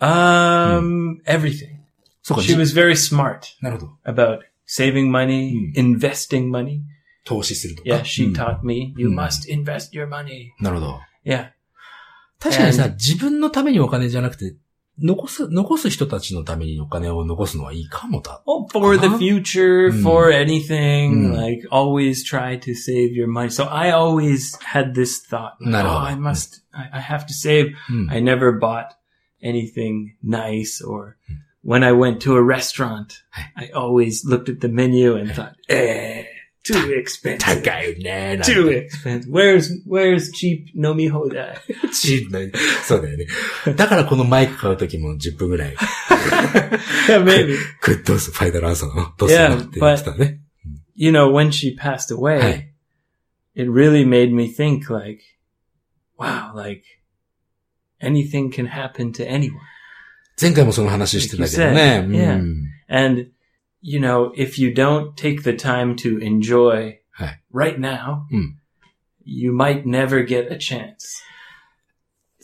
Speaker 1: Um, everything.
Speaker 2: そうか、
Speaker 1: She
Speaker 2: じ
Speaker 1: was very smart
Speaker 2: なるほど。
Speaker 1: about saving money,
Speaker 2: Hmm. investing
Speaker 1: investing money.
Speaker 2: 投資するとか。
Speaker 1: Yeah. She
Speaker 2: うん
Speaker 1: taught me, you
Speaker 2: Hmm.
Speaker 1: must invest your money.
Speaker 2: なるほど。
Speaker 1: Yeah.
Speaker 2: 確かにさ、
Speaker 1: And-
Speaker 2: 自分のためにお金じゃなくて、残す、残す人たちのためにお金を残すのはいいかもだ。
Speaker 1: Oh, for the
Speaker 2: Uh-huh.
Speaker 1: future, for anything,
Speaker 2: Mm.
Speaker 1: like always try to save your money. So I always had this thought, like,
Speaker 2: Not at
Speaker 1: oh,
Speaker 2: all.
Speaker 1: I must, I, I have to save.
Speaker 2: うん。
Speaker 1: I never bought anything nice or when I went to a restaurant, I always looked at the menu and thought, eh, too expensive.
Speaker 2: 高いね。なんて
Speaker 1: Too expensive. Where's, where's cheap Nomi Hoda?
Speaker 2: チームなそうだよね。だからこのマイク買うときも10分ぐらい、
Speaker 1: yeah, maybe.
Speaker 2: これどうするファイナルアンサーなのどうするのって言ってたね。
Speaker 1: You know, when she passed away,
Speaker 2: はい。
Speaker 1: it really made me think like, wow, like anything can happen to anyone.
Speaker 2: 前回もその話してたけどね。
Speaker 1: Like you said,
Speaker 2: うん
Speaker 1: And, you know, if you don't take the time to enjoy
Speaker 2: Hi.
Speaker 1: right now,
Speaker 2: Mm.
Speaker 1: you might never get a chance.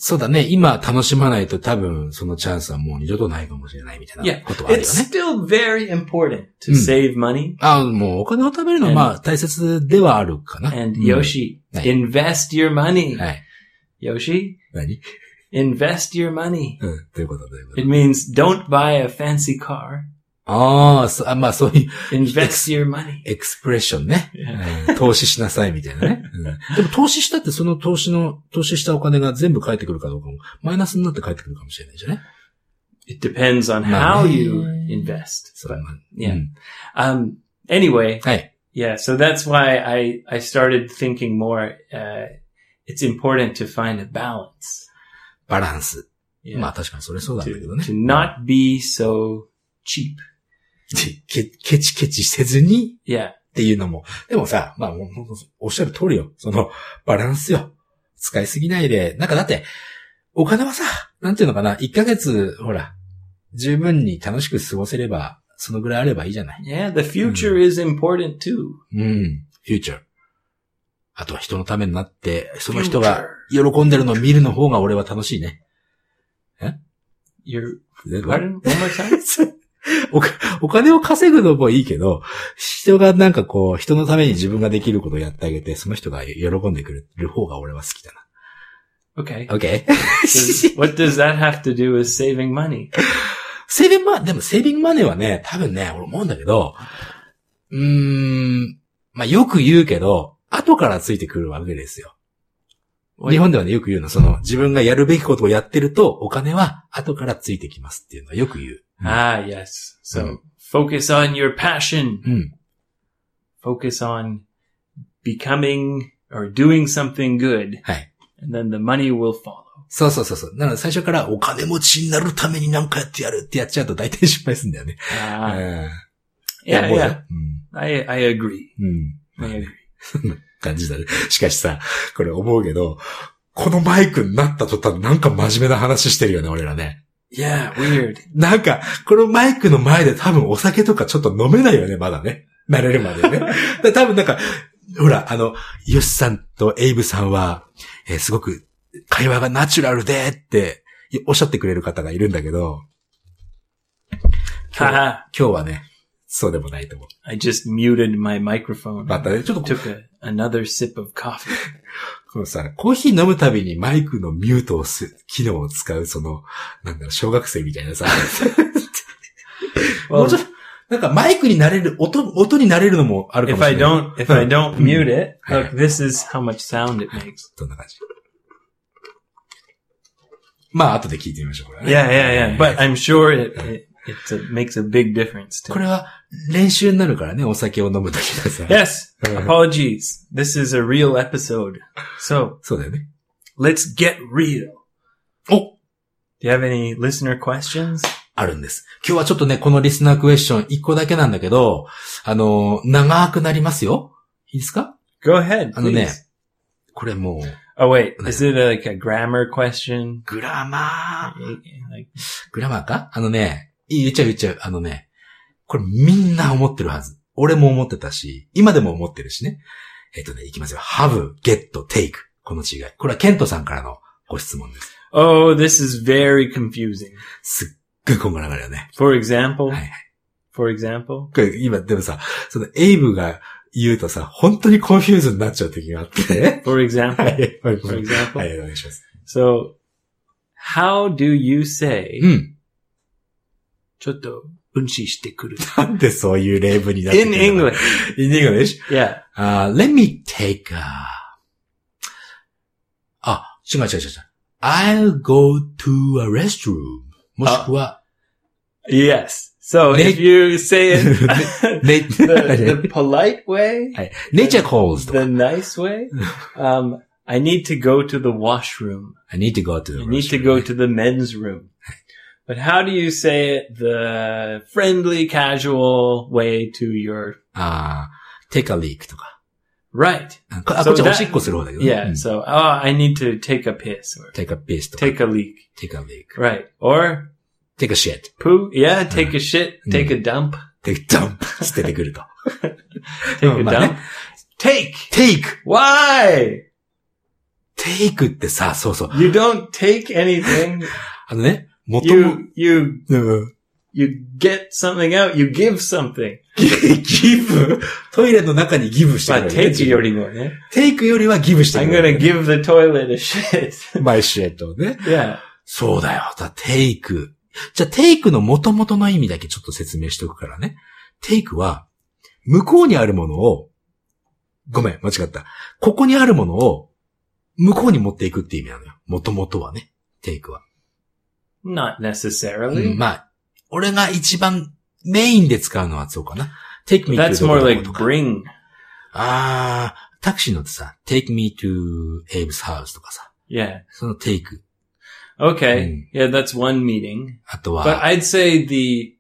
Speaker 2: そうだね。今楽しまないと多分そのチャンスはもう二度とないかもしれないみたいなことはあるよ
Speaker 1: It's
Speaker 2: ね。
Speaker 1: still very important to
Speaker 2: Mm.
Speaker 1: save money.
Speaker 2: あもうお金を貯めるのはまあ大切ではあるかな。
Speaker 1: And
Speaker 2: うん
Speaker 1: Yoshi,
Speaker 2: Hi.
Speaker 1: invest your money.
Speaker 2: はい。
Speaker 1: Yoshi,
Speaker 2: 何
Speaker 1: invest your money.
Speaker 2: うん。ということどういうこと
Speaker 1: It means don't buy a fancy car.
Speaker 2: あーそあ、まあそういう
Speaker 1: Invest your money.
Speaker 2: エクスプレッションね。うん投資しなさいみたいなね。うんでも投資したってその投資の、投資したお金が全部返ってくるかどうかも、マイナスになって返ってくるかもしれないじゃね。
Speaker 1: It depends on how you invest.
Speaker 2: それは
Speaker 1: Yeah.
Speaker 2: うん
Speaker 1: Um, anyway,
Speaker 2: はい。
Speaker 1: yeah, so that's why I, I started thinking more, uh, it's important to find a balance.
Speaker 2: バランス。
Speaker 1: Yeah.
Speaker 2: まあ確かにそれそうなんだけど
Speaker 1: to,
Speaker 2: ね
Speaker 1: to。not be so cheap.
Speaker 2: ケケチケチせずに
Speaker 1: Yeah.
Speaker 2: っていうのも。でもさ、まあ、もうほんとおっしゃる通りよ。その、バランスよ。使いすぎないで。なんかだって、お金はさ、なんていうのかな、1ヶ月、ほら、十分に楽しく過ごせれば、そのぐらいあればいいじゃない。
Speaker 1: Yeah. The future is important too.
Speaker 2: うん。フューチャー。あとは人のためになって、その人が喜んでるのを見るの方が俺は楽しいね。
Speaker 1: You're, pardon? One more time?
Speaker 2: おかお金を稼ぐのもいいけど、人がなんかこう、人のために自分ができることをやってあげて、その人が喜んでくれる方が俺は好きだ
Speaker 1: Okay.
Speaker 2: な。OK?
Speaker 1: Does- what does that have to do with saving money?
Speaker 2: セービングマ、でもセービングマネーはね、多分ね、俺思うんだけど、うーん、まあよく言うけど、後からついてくるわけですよ。
Speaker 1: What-
Speaker 2: 日本ではね、よく言うの、その、自分がやるべきことをやってると、お金は後からついてきますっていうのはよく言う。
Speaker 1: Ah, yes. So
Speaker 2: Mm.
Speaker 1: focus on your passion.
Speaker 2: うん。
Speaker 1: focus on becoming or doing something good
Speaker 2: はい。
Speaker 1: and then the money will follow.
Speaker 2: そうそうそうそう。なので最初からお金持ちになるために何かやってやるってやっちゃうと大体失敗するんだよね。うん
Speaker 1: Ah,。
Speaker 2: いや
Speaker 1: yeah,
Speaker 2: もう
Speaker 1: yeah.
Speaker 2: よう
Speaker 1: I, I agree.
Speaker 2: ん。うん。
Speaker 1: I agree.
Speaker 2: 感じだね。しかしさ、これ思うけど、このマイクになった途端なんか真面目な話してるよね、俺らね。
Speaker 1: Yeah, weird.
Speaker 2: なんか、このマイクの前で多分お酒とかちょっと飲めないよね、まだね。慣れるま でね。で多分なんか、ほら、あの、ヨシさんとエイブさんは、えーすごく会話がナチュラルでっておっしゃってくれる方がいるんだけど、
Speaker 1: Haha.
Speaker 2: 今日はね、そうでもないと思
Speaker 1: I just muted my
Speaker 2: う。
Speaker 1: microphone.
Speaker 2: またね、ちょっと
Speaker 1: Took a, another sip of coffee.
Speaker 2: このさ、コーヒー飲むたびにマイクのミュートをす、機能を使う、その、なんだろう、小学生みたい なさ、も
Speaker 1: Well,
Speaker 2: うちょっと、なんかマイクになれる、音、音になれるのもあるか
Speaker 1: if
Speaker 2: もし
Speaker 1: I
Speaker 2: れない。
Speaker 1: don't, if I don't mute it, look,
Speaker 2: Yeah.
Speaker 1: this is how much sound it makes.
Speaker 2: どんな感じまあ、後で聞いてみましょう、これはね。
Speaker 1: Yeah, yeah, yeah. But I'm sure it, it It's a, makes a big difference.
Speaker 2: これ
Speaker 1: To
Speaker 2: は練習になるからね、お酒を飲むときはさ。
Speaker 1: yes,
Speaker 2: うん
Speaker 1: apologies. This is a real episode. So
Speaker 2: そうだよね。
Speaker 1: let's get real.
Speaker 2: お
Speaker 1: Do you have any listener questions?
Speaker 2: あるんです。今日はちょっとね、このリスナークエスチョン1個だけなんだけど、あのー長くなりますよ。いいですか
Speaker 1: Go ahead,
Speaker 2: あのね。
Speaker 1: please.
Speaker 2: これもう、
Speaker 1: Oh wait, is it like a grammar question?
Speaker 2: グラマー。
Speaker 1: Like,
Speaker 2: グラマーかあのね、いい言っちゃう言っちゃう。あのね、これみんな思ってるはず。俺も思ってたし、今でも思ってるしね。えっ、とね、いきますよ。have, get, take. この違い。これはケントさんからのご質問です。
Speaker 1: oh, this is very confusing.
Speaker 2: すっごいこんがらがるよね。
Speaker 1: For example,
Speaker 2: はいはい。
Speaker 1: for example,
Speaker 2: これ今、でもさ、そのエイブが言うとさ、本当にコンフューズになっちゃう時があ って。
Speaker 1: for
Speaker 2: は
Speaker 1: example,
Speaker 2: い、はい、
Speaker 1: for
Speaker 2: はい。
Speaker 1: example.
Speaker 2: はい、お願いします。
Speaker 1: So, how do you say
Speaker 2: うん。
Speaker 1: ちょっとうんちしてくる?
Speaker 2: なんでそういう例文になって
Speaker 1: In
Speaker 2: るの
Speaker 1: English.
Speaker 2: In English?
Speaker 1: Yeah.
Speaker 2: あ、let me take a... あ、違う違う違う違う。I'll go to a restroom. もしくは、
Speaker 1: Yes. So
Speaker 2: Ne-
Speaker 1: if you say it
Speaker 2: ね
Speaker 1: the, the polite way,
Speaker 2: はい nature calls と
Speaker 1: the
Speaker 2: か。
Speaker 1: nice way, um, I need to go to the washroom.
Speaker 2: I need to go to the
Speaker 1: I
Speaker 2: restroom.
Speaker 1: need to go to the men's room. But how do you say it the friendly, casual way to your
Speaker 2: あー take a leak とか。
Speaker 1: right?
Speaker 2: あ、こあ
Speaker 1: So
Speaker 2: こっちは
Speaker 1: that-
Speaker 2: おしっこする方だけどね。
Speaker 1: Yeah.
Speaker 2: うん
Speaker 1: So, oh, I need to take a piss or
Speaker 2: take a piss とか。
Speaker 1: take a leak.
Speaker 2: take a leak.
Speaker 1: Right. Or
Speaker 2: take a shit.
Speaker 1: Poo, yeah, take a shit, take a dump,
Speaker 2: take dump. 捨ててくると。
Speaker 1: take a
Speaker 2: まあね
Speaker 1: dump. Take!
Speaker 2: take.
Speaker 1: Why?
Speaker 2: take ってさ、そうそう。
Speaker 1: You don't take anything.
Speaker 2: あのね、もとも、
Speaker 1: you, you,
Speaker 2: うん
Speaker 1: you get something out, you give something.
Speaker 2: ギブトイレの中にギブしてく
Speaker 1: But
Speaker 2: れ
Speaker 1: take
Speaker 2: る、ね。
Speaker 1: anymore.
Speaker 2: テイクよりはギブしてく
Speaker 1: I'm
Speaker 2: れ
Speaker 1: gonna
Speaker 2: る、ね。
Speaker 1: give the toilet a shit.
Speaker 2: マイシェットね。
Speaker 1: yeah.
Speaker 2: そうだよ。だテイク。じゃあ、テイクの元々の意味だけちょっと説明しておくからね。テイクは、向こうにあるものを、ごめん、間違った。ここにあるものを、向こうに持っていくって意味なのよ。元々はね。テイクは。
Speaker 1: Not
Speaker 2: う
Speaker 1: necessarily.
Speaker 2: ん、まあ、俺が一番メインで使うのはそうかな。take me to
Speaker 1: That's
Speaker 2: どこ
Speaker 1: more
Speaker 2: どこ
Speaker 1: like
Speaker 2: とか
Speaker 1: bring.
Speaker 2: ああ、タクシー乗ってさ、take me to Abe's house とかさ、
Speaker 1: Yeah.
Speaker 2: その take。
Speaker 1: Okay. Yeah, that's one meeting.
Speaker 2: あと
Speaker 1: But
Speaker 2: は、
Speaker 1: I'd say the,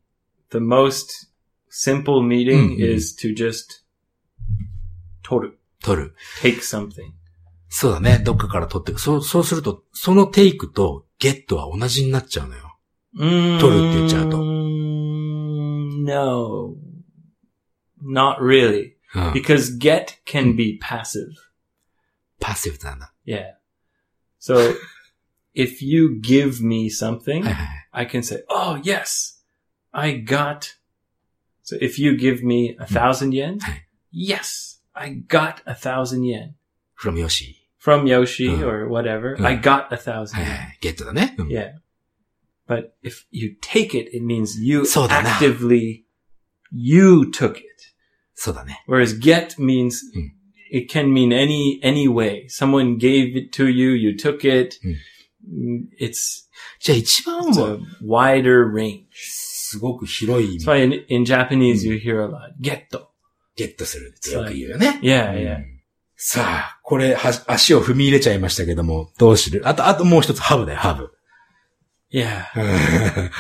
Speaker 1: the most simple
Speaker 2: Mm,
Speaker 1: meeting
Speaker 2: mm.
Speaker 1: is to just 取る.
Speaker 2: 取る。
Speaker 1: take something.
Speaker 2: そうだね、どっかから取ってく。そう、そうすると、その take と get は同じになっちゃうのよ。取るって言っちゃうと。
Speaker 1: Mm, No. Not really.
Speaker 2: うん。
Speaker 1: Because get can be passive.
Speaker 2: パッシブなんだ。
Speaker 1: Yeah. So if you give me something,
Speaker 2: はいはいはい。
Speaker 1: I can say, Oh, yes, I got. So if you give me a thousand yen,
Speaker 2: Hey.
Speaker 1: yes, I got a thousand yen
Speaker 2: from Yoshi。
Speaker 1: from Yoshi
Speaker 2: Uh.
Speaker 1: or whatever.
Speaker 2: Uh.
Speaker 1: I got a thousand
Speaker 2: はいは
Speaker 1: yen.
Speaker 2: い。get だね。うん。
Speaker 1: Yeah. But if you take it, it means you
Speaker 2: そうだな。
Speaker 1: actively, you took it.
Speaker 2: そうだね。
Speaker 1: Whereas get means
Speaker 2: うん。
Speaker 1: it can mean any, any way. Someone gave it to you, you took it.
Speaker 2: うん。
Speaker 1: Mm, It's,
Speaker 2: じゃあ一番
Speaker 1: it's
Speaker 2: は、
Speaker 1: a wider range.
Speaker 2: すごく広い意味。
Speaker 1: That's why in, in Japanese
Speaker 2: うん。
Speaker 1: you hear a lot. Getto.
Speaker 2: ゲットするってよく言うよね。
Speaker 1: Yeah,
Speaker 2: う
Speaker 1: yeah.
Speaker 2: んさあ、これ、は、足を踏み入れちゃいましたけども、どうするあと、あともう一つ、ハブだよ、ハブ。
Speaker 1: Yeah.
Speaker 2: うん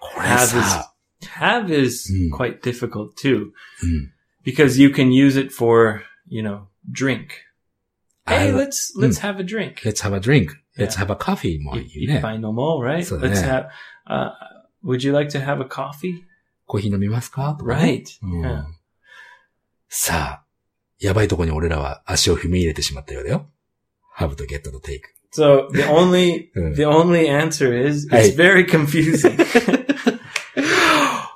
Speaker 2: これ
Speaker 1: Have is,
Speaker 2: さ、
Speaker 1: have is
Speaker 2: Mm.
Speaker 1: quite difficult too
Speaker 2: うん。
Speaker 1: because you can use it for, you know, drink.
Speaker 2: I-
Speaker 1: Hey,
Speaker 2: mm.
Speaker 1: let's, let's have a drink.
Speaker 2: Let's have a drink. Let's
Speaker 1: Yeah.
Speaker 2: have a coffee もいい
Speaker 1: 一
Speaker 2: ね。
Speaker 1: 杯飲もう right?
Speaker 2: そうだね。
Speaker 1: Let's have, uh, would you like to have a coffee?
Speaker 2: コーヒー飲みますかとかね
Speaker 1: Right.
Speaker 2: うん
Speaker 1: Yeah.
Speaker 2: さあ、やばいとこに俺らは足を踏み入れてしまったようだよ。ハブとゲットとテイク。
Speaker 1: So the only,
Speaker 2: うん
Speaker 1: the only answer is
Speaker 2: はい。
Speaker 1: it's very confusing.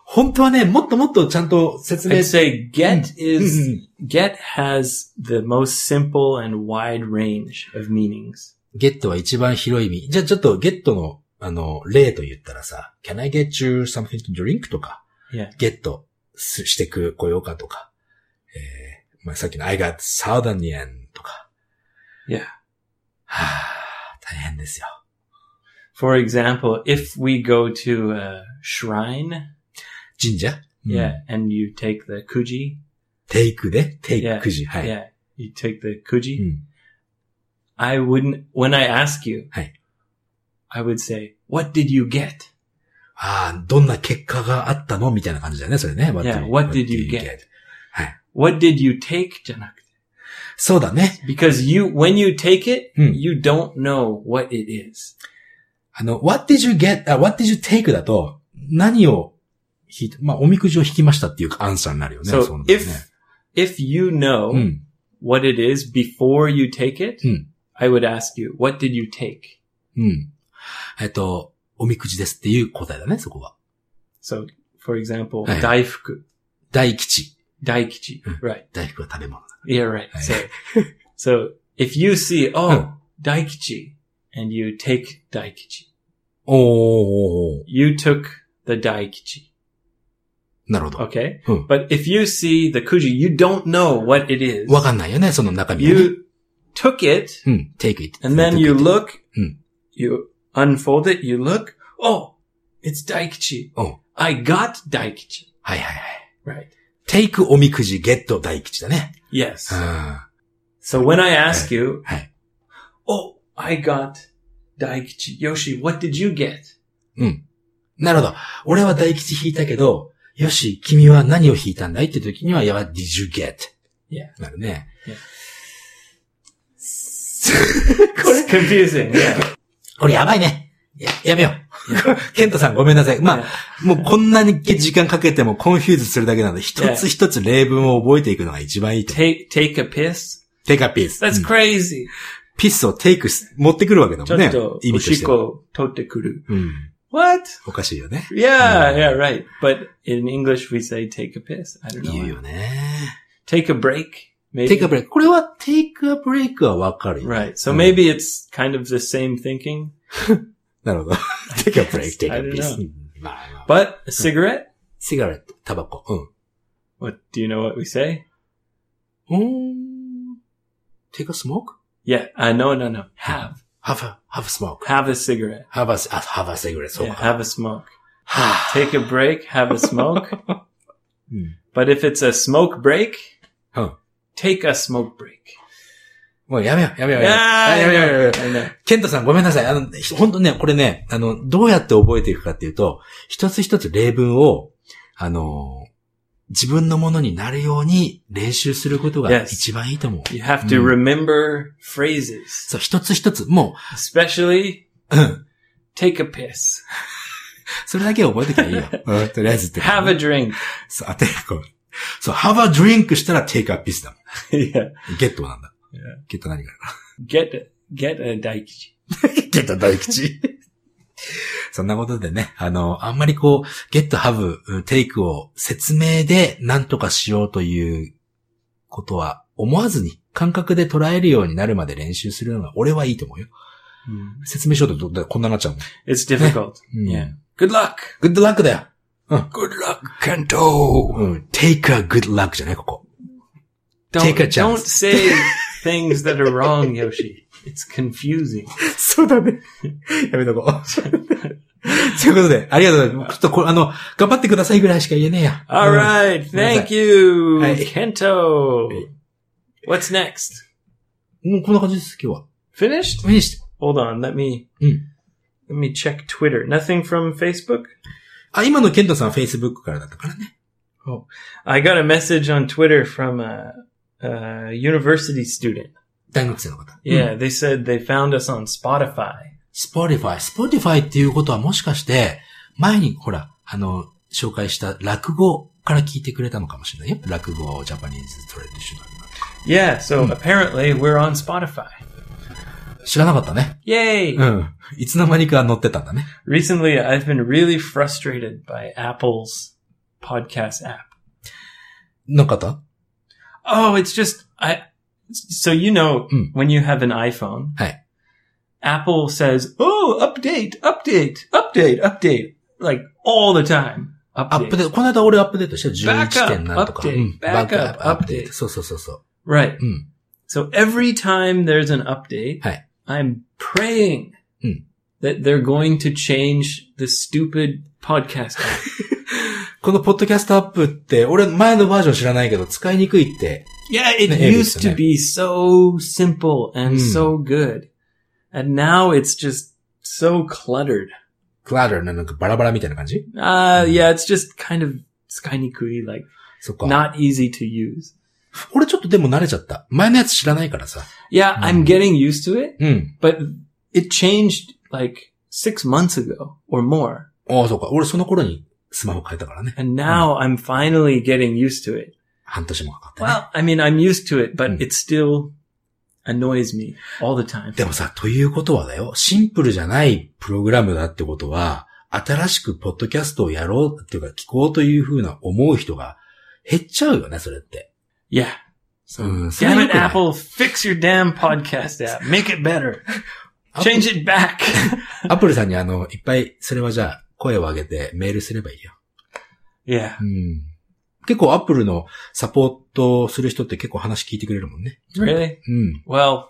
Speaker 2: 本当はね、もっともっとちゃんと説明
Speaker 1: I'd say get
Speaker 2: うん
Speaker 1: is,
Speaker 2: うん
Speaker 1: get has the most simple and wide range of meanings.
Speaker 2: ゲットは一番広い意味。じゃあちょっとゲットの、あの、例と言ったらさ、Can I get you something to drink? とか、
Speaker 1: Yeah.
Speaker 2: ゲットすしてく、こようかとか、えー、まあ、さっきの I got southern yen とか。
Speaker 1: Yeah.
Speaker 2: はあ、大変ですよ。
Speaker 1: For example, if we go to a shrine,
Speaker 2: 神社
Speaker 1: Yeah. And you take the kuji.
Speaker 2: テイクで、テイク
Speaker 1: Yeah.
Speaker 2: 9時。はい。
Speaker 1: Yeah. You take the kuji.
Speaker 2: うん。
Speaker 1: I wouldn't, when I ask you,
Speaker 2: Hi.
Speaker 1: I would say, what did you get?
Speaker 2: ああ、どんな結果があったのみたいな感じだよね、それね。
Speaker 1: Yeah, what did you get?
Speaker 2: はい。
Speaker 1: What did you take? じゃなくて。
Speaker 2: そうだね。
Speaker 1: Because you, when you take it,
Speaker 2: うん。
Speaker 1: you don't know what it is.
Speaker 2: あの、what did you get, あ what did you take だと、何を引いた、まあ、おみくじを引きましたっていうアンサーになるよね。
Speaker 1: So
Speaker 2: うなんだよ
Speaker 1: if,
Speaker 2: ね
Speaker 1: if you know
Speaker 2: うん。
Speaker 1: what it is before you take it,
Speaker 2: Hmm.
Speaker 1: I would ask you, what did you take?
Speaker 2: うん。えっと、おみくじですっていう答えだね、そこは。
Speaker 1: So, for example,
Speaker 2: はい。
Speaker 1: daifuku,
Speaker 2: 大吉。
Speaker 1: daikichi,
Speaker 2: Hmm.
Speaker 1: right?
Speaker 2: 大福は食べ物だ。
Speaker 1: Yeah, right.
Speaker 2: Right.
Speaker 1: So, so if you see,
Speaker 2: Hmm.
Speaker 1: oh, daikichi, and you take daikichi,
Speaker 2: おー。
Speaker 1: you took the daikichi,
Speaker 2: なるほど。
Speaker 1: okay?
Speaker 2: Hmm.
Speaker 1: But if you see the kuji, you don't know what it is.
Speaker 2: わかんないよね、その中身がね。
Speaker 1: You took it,
Speaker 2: うん、take it.
Speaker 1: and then you look,
Speaker 2: Hmm.
Speaker 1: you unfold it, you look, oh, it's daikichi.
Speaker 2: Oh.
Speaker 1: I got daikichi.
Speaker 2: はいはいはい。
Speaker 1: Right.
Speaker 2: take おみくじ get 大吉だね。
Speaker 1: Yes.
Speaker 2: うん。
Speaker 1: So when I
Speaker 2: Ah.
Speaker 1: ask you,
Speaker 2: Hey.
Speaker 1: oh, I got Daikichi. Yoshi, what did you get?
Speaker 2: なるほど。俺は大吉引いたけど、よし、君は何を引いたんだいって時には、いやば、did you get?
Speaker 1: Yeah.
Speaker 2: なるね。
Speaker 1: Yeah.
Speaker 2: これ、
Speaker 1: It's confusing. Yeah.
Speaker 2: これやばいね。や、やめよう。ケントさんごめんなさい。まあ、
Speaker 1: Yeah.
Speaker 2: もうこんなに時間かけてもコンフューズするだけなので、一つ一つ例文を覚えていくのが一番いいと。
Speaker 1: Take take a piss.
Speaker 2: take a piece.
Speaker 1: That's crazy.
Speaker 2: ピースを take す持ってくるわけだもんね。
Speaker 1: Chotto
Speaker 2: 意味としては。
Speaker 1: Ushiko totekuru.
Speaker 2: うん。
Speaker 1: What?
Speaker 2: おかしいよね。
Speaker 1: Yeah,
Speaker 2: Mm.
Speaker 1: yeah, right. But in English we say take a piss. I don't
Speaker 2: 言う
Speaker 1: know.
Speaker 2: よね。
Speaker 1: Take a break. Maybe.
Speaker 2: take a break. これは take a break はわかるよ。
Speaker 1: Right. So
Speaker 2: うん
Speaker 1: maybe it's kind of the same thinking,
Speaker 2: な るほど。take a break, take a
Speaker 1: I don't
Speaker 2: piece.
Speaker 1: know.
Speaker 2: うんまあまあ。
Speaker 1: but a cigarette.
Speaker 2: cigarette, タバコ。うん。
Speaker 1: What do you know what we say?
Speaker 2: うーん。take a smoke?
Speaker 1: Yeah. Uh, no, no, no. Have
Speaker 2: have a, have a smoke.
Speaker 1: have a cigarette.
Speaker 2: have a, ah, have a cigarette. そう
Speaker 1: Yeah,
Speaker 2: か。
Speaker 1: have a smoke.
Speaker 2: はぁ。
Speaker 1: Take a break, have a smoke.
Speaker 2: Hmm.
Speaker 1: but if it's a smoke break,
Speaker 2: Huh. take
Speaker 1: take a smoke break.
Speaker 2: もうやめよう、やめよう、やめよう。
Speaker 1: Yeah,
Speaker 2: あやめよう、やめよう。
Speaker 1: I know.
Speaker 2: ケントさんごめんなさい。あの、本当ね、これね、あの、どうやって覚えていくかっていうと、一つ一つ例文を、あの、自分のものになるように練習することが
Speaker 1: Yes.
Speaker 2: 一番いいと思う。
Speaker 1: You have to
Speaker 2: Hmm.
Speaker 1: remember phrases,
Speaker 2: そう、一つ一つ、も
Speaker 1: especially
Speaker 2: う、うん。
Speaker 1: take a piss,
Speaker 2: それだけ覚えてきゃ いいよ。うんとりあえずって。
Speaker 1: have a drink.
Speaker 2: そう、あて、こう。そう、have a drink したら take a piece だも
Speaker 1: yeah.
Speaker 2: ん。ゲットはなんだ。ゲット何から
Speaker 1: Get get a daikichi.
Speaker 2: ゲット大吉。そんなことでね、あの、あんまりこう、ゲット、ハブ、テイクを説明で何とかしようということは思わずに感覚で捉えるようになるまで練習するのが俺はいいと思うよ。説明しようとどだこんなになっちゃうもん。
Speaker 1: It's difficult.
Speaker 2: うん
Speaker 1: Hmm. yeah. Good luck.
Speaker 2: グッドラックだよ。
Speaker 1: Good luck.
Speaker 2: 関東うん。take a good luck じゃないここ。
Speaker 1: Don't,
Speaker 2: Take a chance.
Speaker 1: Don't say things that are wrong, Yoshi. It's confusing.
Speaker 2: そうだね。やめとこう。ということで、ありがとうございます。ちょっとこれ、あの、頑張ってくださいぐらいしか言えねえや。
Speaker 1: All right. Thank you,
Speaker 2: Hey.
Speaker 1: Kento.
Speaker 2: Hey.
Speaker 1: What's next?
Speaker 2: うん。もうこんな感じです、今日は。
Speaker 1: Finished?
Speaker 2: フィニッシュ。
Speaker 1: Hold on. Let me,
Speaker 2: Hmm.
Speaker 1: let me check Twitter. Nothing from Facebook?
Speaker 2: あ、今のケントさんは Facebook からだったからね。
Speaker 1: I got a message on Twitter from a, a university student.
Speaker 2: 大学生の方。
Speaker 1: Yeah. They said they found us on Spotify.
Speaker 2: Spotify。Spotify っていうことはもしかして、前にほら、あの、紹介した落語から聞いてくれたのかもしれないよ。落語、ジャパニーズトレディショナル
Speaker 1: Yeah. So
Speaker 2: Hmm.
Speaker 1: apparently we're on Spotify.
Speaker 2: な。知らなかったね。
Speaker 1: Yay.
Speaker 2: うん。いつの間にか載ってたんだね。
Speaker 1: Recently, I've been really frustrated by Apple's podcast app.
Speaker 2: の方
Speaker 1: Oh, it's just I. So you know
Speaker 2: Hmm.
Speaker 1: when you have an iPhone,
Speaker 2: Hey.
Speaker 1: Apple says, "Oh, update, update, update, update," like all the time.
Speaker 2: アッ
Speaker 1: Update.
Speaker 2: プデート、この間俺アップデートした
Speaker 1: Backup
Speaker 2: 11. 点なんとか。
Speaker 1: update
Speaker 2: うん
Speaker 1: Backup
Speaker 2: アップデー
Speaker 1: update
Speaker 2: ト。そうそうそうそう。
Speaker 1: right.
Speaker 2: うん。
Speaker 1: So every time there's an update,
Speaker 2: Hey.
Speaker 1: I'm praying
Speaker 2: Hmm.
Speaker 1: that they're going to change the stupid podcast. app.
Speaker 2: このポッドキャストアップって、俺前のバージョン知らないけど使いにくいって。
Speaker 1: Yeah, it
Speaker 2: Yeah, it
Speaker 1: used
Speaker 2: is,
Speaker 1: to
Speaker 2: yeah.
Speaker 1: be so simple and
Speaker 2: Mm.
Speaker 1: so good. And now it's just so cluttered.
Speaker 2: クラウダーなんかバラバラみたいな感じ
Speaker 1: Uh,
Speaker 2: Mm.
Speaker 1: yeah, it's just kind of skynykui, like
Speaker 2: そっか。
Speaker 1: not easy to use.
Speaker 2: 俺ちょっとでも慣れちゃった。前のやつ知らないからさ。
Speaker 1: Yeah,
Speaker 2: Mm.
Speaker 1: I'm getting used to it,
Speaker 2: うん。
Speaker 1: but it changed like six months ago or more.
Speaker 2: ああ、そうか。俺その頃にスマホ変えたからね。
Speaker 1: And now I'm finally getting used to it.
Speaker 2: 半年もかかって、ね。
Speaker 1: Well, I mean, I'm used to it, but
Speaker 2: Mm.
Speaker 1: it still annoys me all the time.
Speaker 2: でもさ、ということはだよ、シンプルじゃないプログラムだってことは、新しくポッドキャストをやろうっていうか、聞こうというふうな思う人が減っちゃうよね、それって。
Speaker 1: Yeah.
Speaker 2: うん、それは
Speaker 1: Damn
Speaker 2: 良
Speaker 1: it,
Speaker 2: くない
Speaker 1: Apple, fix your damn podcast app. Make it better. Change it back.
Speaker 2: アップルさんにあの、いっぱい、それはじゃあ、声を上げてメールすればいいよ。
Speaker 1: yeah.
Speaker 2: うん。結構アップルのサポートする人って結構話聞いてくれるもんね。
Speaker 1: Really?
Speaker 2: うん。
Speaker 1: Well,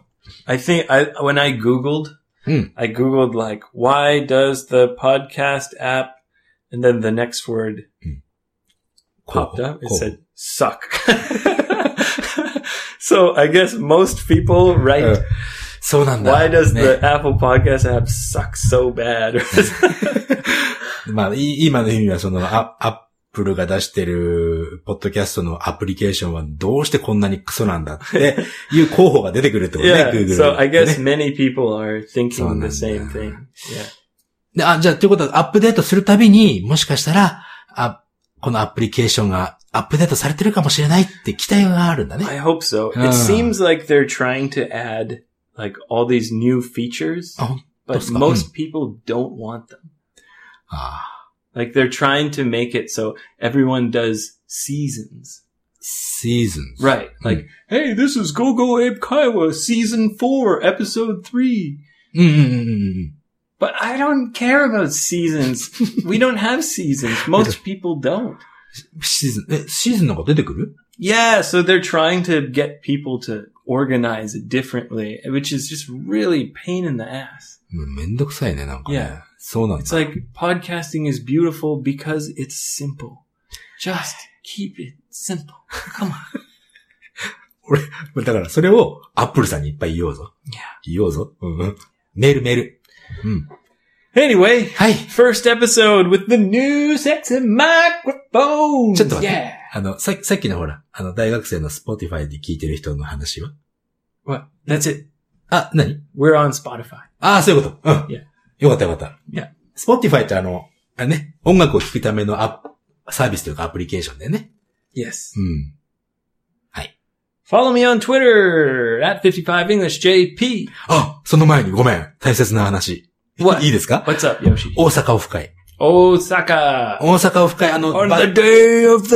Speaker 1: I think I when I Googled,
Speaker 2: Hmm.
Speaker 1: I Googled like, why does the podcast app and then the next word
Speaker 2: こう
Speaker 1: popped up. It
Speaker 2: こう
Speaker 1: said suck. so I guess most people
Speaker 2: うん
Speaker 1: write
Speaker 2: そうなんだ。
Speaker 1: why does
Speaker 2: ね
Speaker 1: the Apple podcast app suck so bad?
Speaker 2: まあ、い今の意味はその、あアップルが出してる、ポッドキャストのアプリケーションはどうしてこんなにクソなんだっていう候補が出てくるってことね、
Speaker 1: yeah.
Speaker 2: Google。
Speaker 1: So I
Speaker 2: ね
Speaker 1: guess many people are
Speaker 2: そうなん
Speaker 1: thinking
Speaker 2: だ
Speaker 1: the same thing. Yeah.
Speaker 2: であ、じゃあ、ということは、アップデートするたびに、もしかしたら、あ、このアプリケーションがアップデートされてるかもしれないって期待があるんだね。
Speaker 1: I hope so.
Speaker 2: Ah.
Speaker 1: It seems like they're trying to add like all these new features,
Speaker 2: Oh,
Speaker 1: but
Speaker 2: that's not-
Speaker 1: most people don't want them.
Speaker 2: ああ
Speaker 1: Like they're trying to make it so everyone does seasons.
Speaker 2: seasons.
Speaker 1: Right. Like, hey, this is Gogo Abe Kaiwa season four, episode three.
Speaker 2: うんうんうんうんうん。
Speaker 1: But I don't care about seasons. we don't have seasons. Most people don't.
Speaker 2: シーズン、え、シーズンなんか出てくる
Speaker 1: Yeah, so they're trying to get people to organize it differently, which is just really pain in the ass.
Speaker 2: うんめんどくさいね、なんかね。
Speaker 1: いや
Speaker 2: そうなんだ
Speaker 1: It's。like podcasting is beautiful because it's simple. Just keep it simple.
Speaker 2: だからそれをアップルさんにいっぱい言おうぞ。言おうぞ。うん。メールメール。うん。
Speaker 1: Anyway,
Speaker 2: はい。
Speaker 1: first episode with the new sexy microphone.
Speaker 2: ちょっと待って。
Speaker 1: Yeah.
Speaker 2: あの、ささっきのほら、あの、大学生の Spotify で聞いてる人の話は
Speaker 1: What? That's it.
Speaker 2: あ、何
Speaker 1: We're on Spotify.
Speaker 2: ああ、そういうこと。うん。
Speaker 1: いや
Speaker 2: よかったよかった。
Speaker 1: いや。
Speaker 2: Spotify ってあの、あれね、音楽を聴くためのアップサービスというかアプリケーションだよね。
Speaker 1: Yes.
Speaker 2: うん。
Speaker 1: Follow me on Twitter at 55EnglishJP.
Speaker 2: あ、その前にごめん。大切な話。
Speaker 1: What?
Speaker 2: いいですか
Speaker 1: What's up, Yoshi?
Speaker 2: 大阪オフ会。
Speaker 1: Osaka.
Speaker 2: 大阪オフ会、あの、
Speaker 1: On
Speaker 2: ば
Speaker 1: the day of the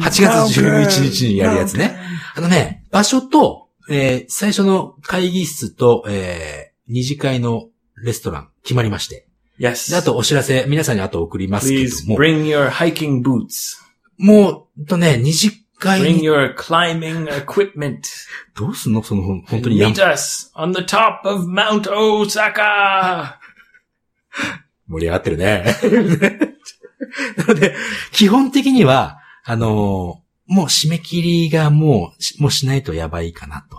Speaker 2: 8 月11日にやるやつね。あのね、場所と、えー最初の会議室と、えー二次会のレストラン決まりまして。
Speaker 1: Yes.
Speaker 2: であとお知らせ、皆さんにあと送りますけ
Speaker 1: Please
Speaker 2: ども、
Speaker 1: bring your hiking boots.
Speaker 2: もう、えっとね、二次会
Speaker 1: Bring
Speaker 2: に、
Speaker 1: your climbing equipment.
Speaker 2: どうすんのその、ほん本当にやん
Speaker 1: Meet us on the top of Mount Osaka.
Speaker 2: 盛り上がってるね。 なので、基本的には、あのーもう締め切りがもうし、もうしないとやばいかなと。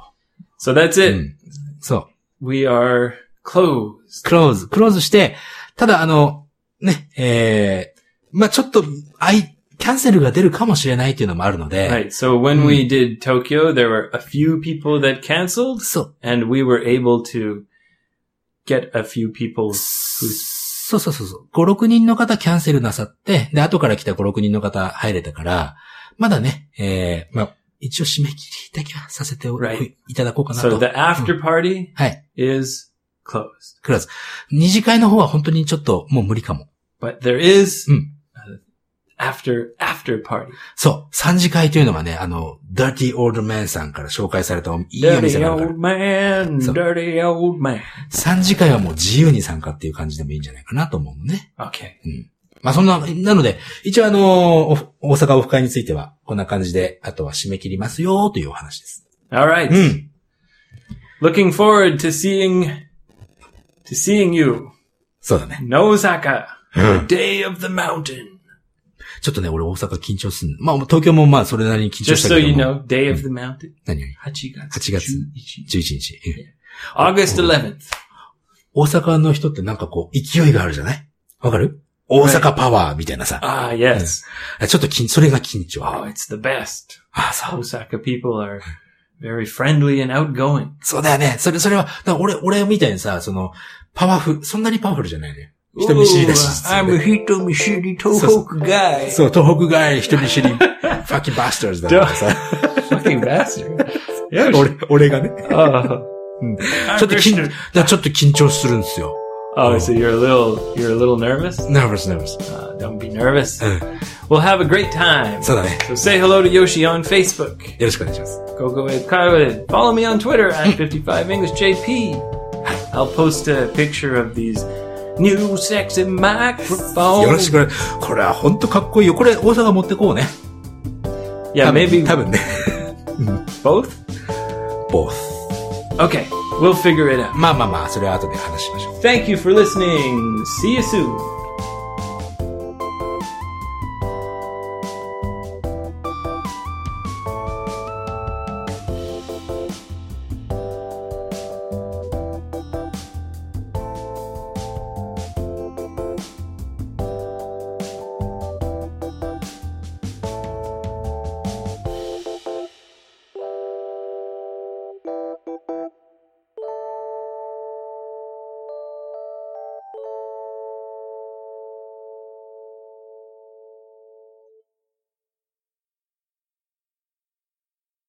Speaker 1: So that's it.
Speaker 2: うん。そう。
Speaker 1: We are closed.
Speaker 2: クローズ、クローズして、ただあの、ね、えー、まあちょっと、あい、キャンセルが出るかもしれないっていうのもあるので、
Speaker 1: Right. So when we did Tokyo, there were a few people that canceled
Speaker 2: そう、
Speaker 1: and we were able to get a few people.
Speaker 2: そうそうそうそう、5、6人の方キャンセルなさって、で、後から来た5、6人の方入れたから、まだね、えー、まあ一応締め切りだけはさせてお
Speaker 1: Right.
Speaker 2: いただこうかな
Speaker 1: So
Speaker 2: と。
Speaker 1: the after party
Speaker 2: はい。
Speaker 1: is closed,
Speaker 2: クローズ。二次会の方は本当にちょっともう無理かも。
Speaker 1: but there is
Speaker 2: Mm.
Speaker 1: a after after party.
Speaker 2: そう。三次会というのがね、あの、Dirty Old Man さんから紹介されたいいお店
Speaker 1: Dirty
Speaker 2: なのから
Speaker 1: old man,
Speaker 2: So-
Speaker 1: dirty old man.
Speaker 2: 三次会はもう自由に参加っていう感じでもいいんじゃないかなと思うのね。
Speaker 1: Okay.
Speaker 2: まあそんな、なので、一応あのーお大阪オフ会については、こんな感じで、あとは締め切りますよというお話です。
Speaker 1: All right.
Speaker 2: うん。
Speaker 1: Looking forward to seeing to seeing you,
Speaker 2: そうだね。
Speaker 1: Nozaka,
Speaker 2: うん。
Speaker 1: day of the mountain.
Speaker 2: ちょっとね、俺大阪緊張すん。まあ、東京もまあ、それなりに緊張し
Speaker 1: Just
Speaker 2: た
Speaker 1: so
Speaker 2: けども。
Speaker 1: you know, Day of the Mountain,
Speaker 2: 何より
Speaker 1: 8
Speaker 2: 8月
Speaker 1: 月11
Speaker 2: ?11 日。うん
Speaker 1: August 11th.
Speaker 2: 大阪の人ってなんかこう、勢いがあるじゃないわかる大阪パワーみたいなさ。
Speaker 1: Ah, yes.
Speaker 2: ちょっと緊、それが緊張。
Speaker 1: Oh,
Speaker 2: あ
Speaker 1: it's the best.
Speaker 2: あ、そう。
Speaker 1: Osaka people are very friendly and outgoing.
Speaker 2: そうだよね。それ、それは、だから俺、俺みたいにさ、その、パワフル、そんなにパワフルじゃないね。人見知りだし。
Speaker 1: Ooh, I'm a 人見知 り東北 guy.
Speaker 2: そう、東北街、人見知 り、ファッキンバスターズだからさ。
Speaker 1: Fucking bastard.
Speaker 2: 俺、俺がね。
Speaker 1: Oh,
Speaker 2: ちょっと緊、だからちょっと緊張するんですよ。
Speaker 1: oh, so you're a little, you're a little nervous?
Speaker 2: ナーバス、ナーバス。
Speaker 1: Uh, don't be nervous.
Speaker 2: Uh.
Speaker 1: We'll have a great time.
Speaker 2: そうだね。
Speaker 1: So say hello to Yoshi on Facebook.
Speaker 2: よろしくお願いします。
Speaker 1: Coco with Carwood. Follow me on Twitter at 55EnglishJP. I'll post a picture of these new sexy
Speaker 2: よろし
Speaker 1: microphones.
Speaker 2: くお願いこれは本当かっこいいよ。これ、大阪持ってこうね。
Speaker 1: Yeah,
Speaker 2: 多分
Speaker 1: maybe
Speaker 2: 多分ね。
Speaker 1: both?
Speaker 2: ボス。
Speaker 1: Okay, we'll figure it out.
Speaker 2: まあまあまあ、それは後で話しましょう。
Speaker 1: Thank you for listening. See you soon.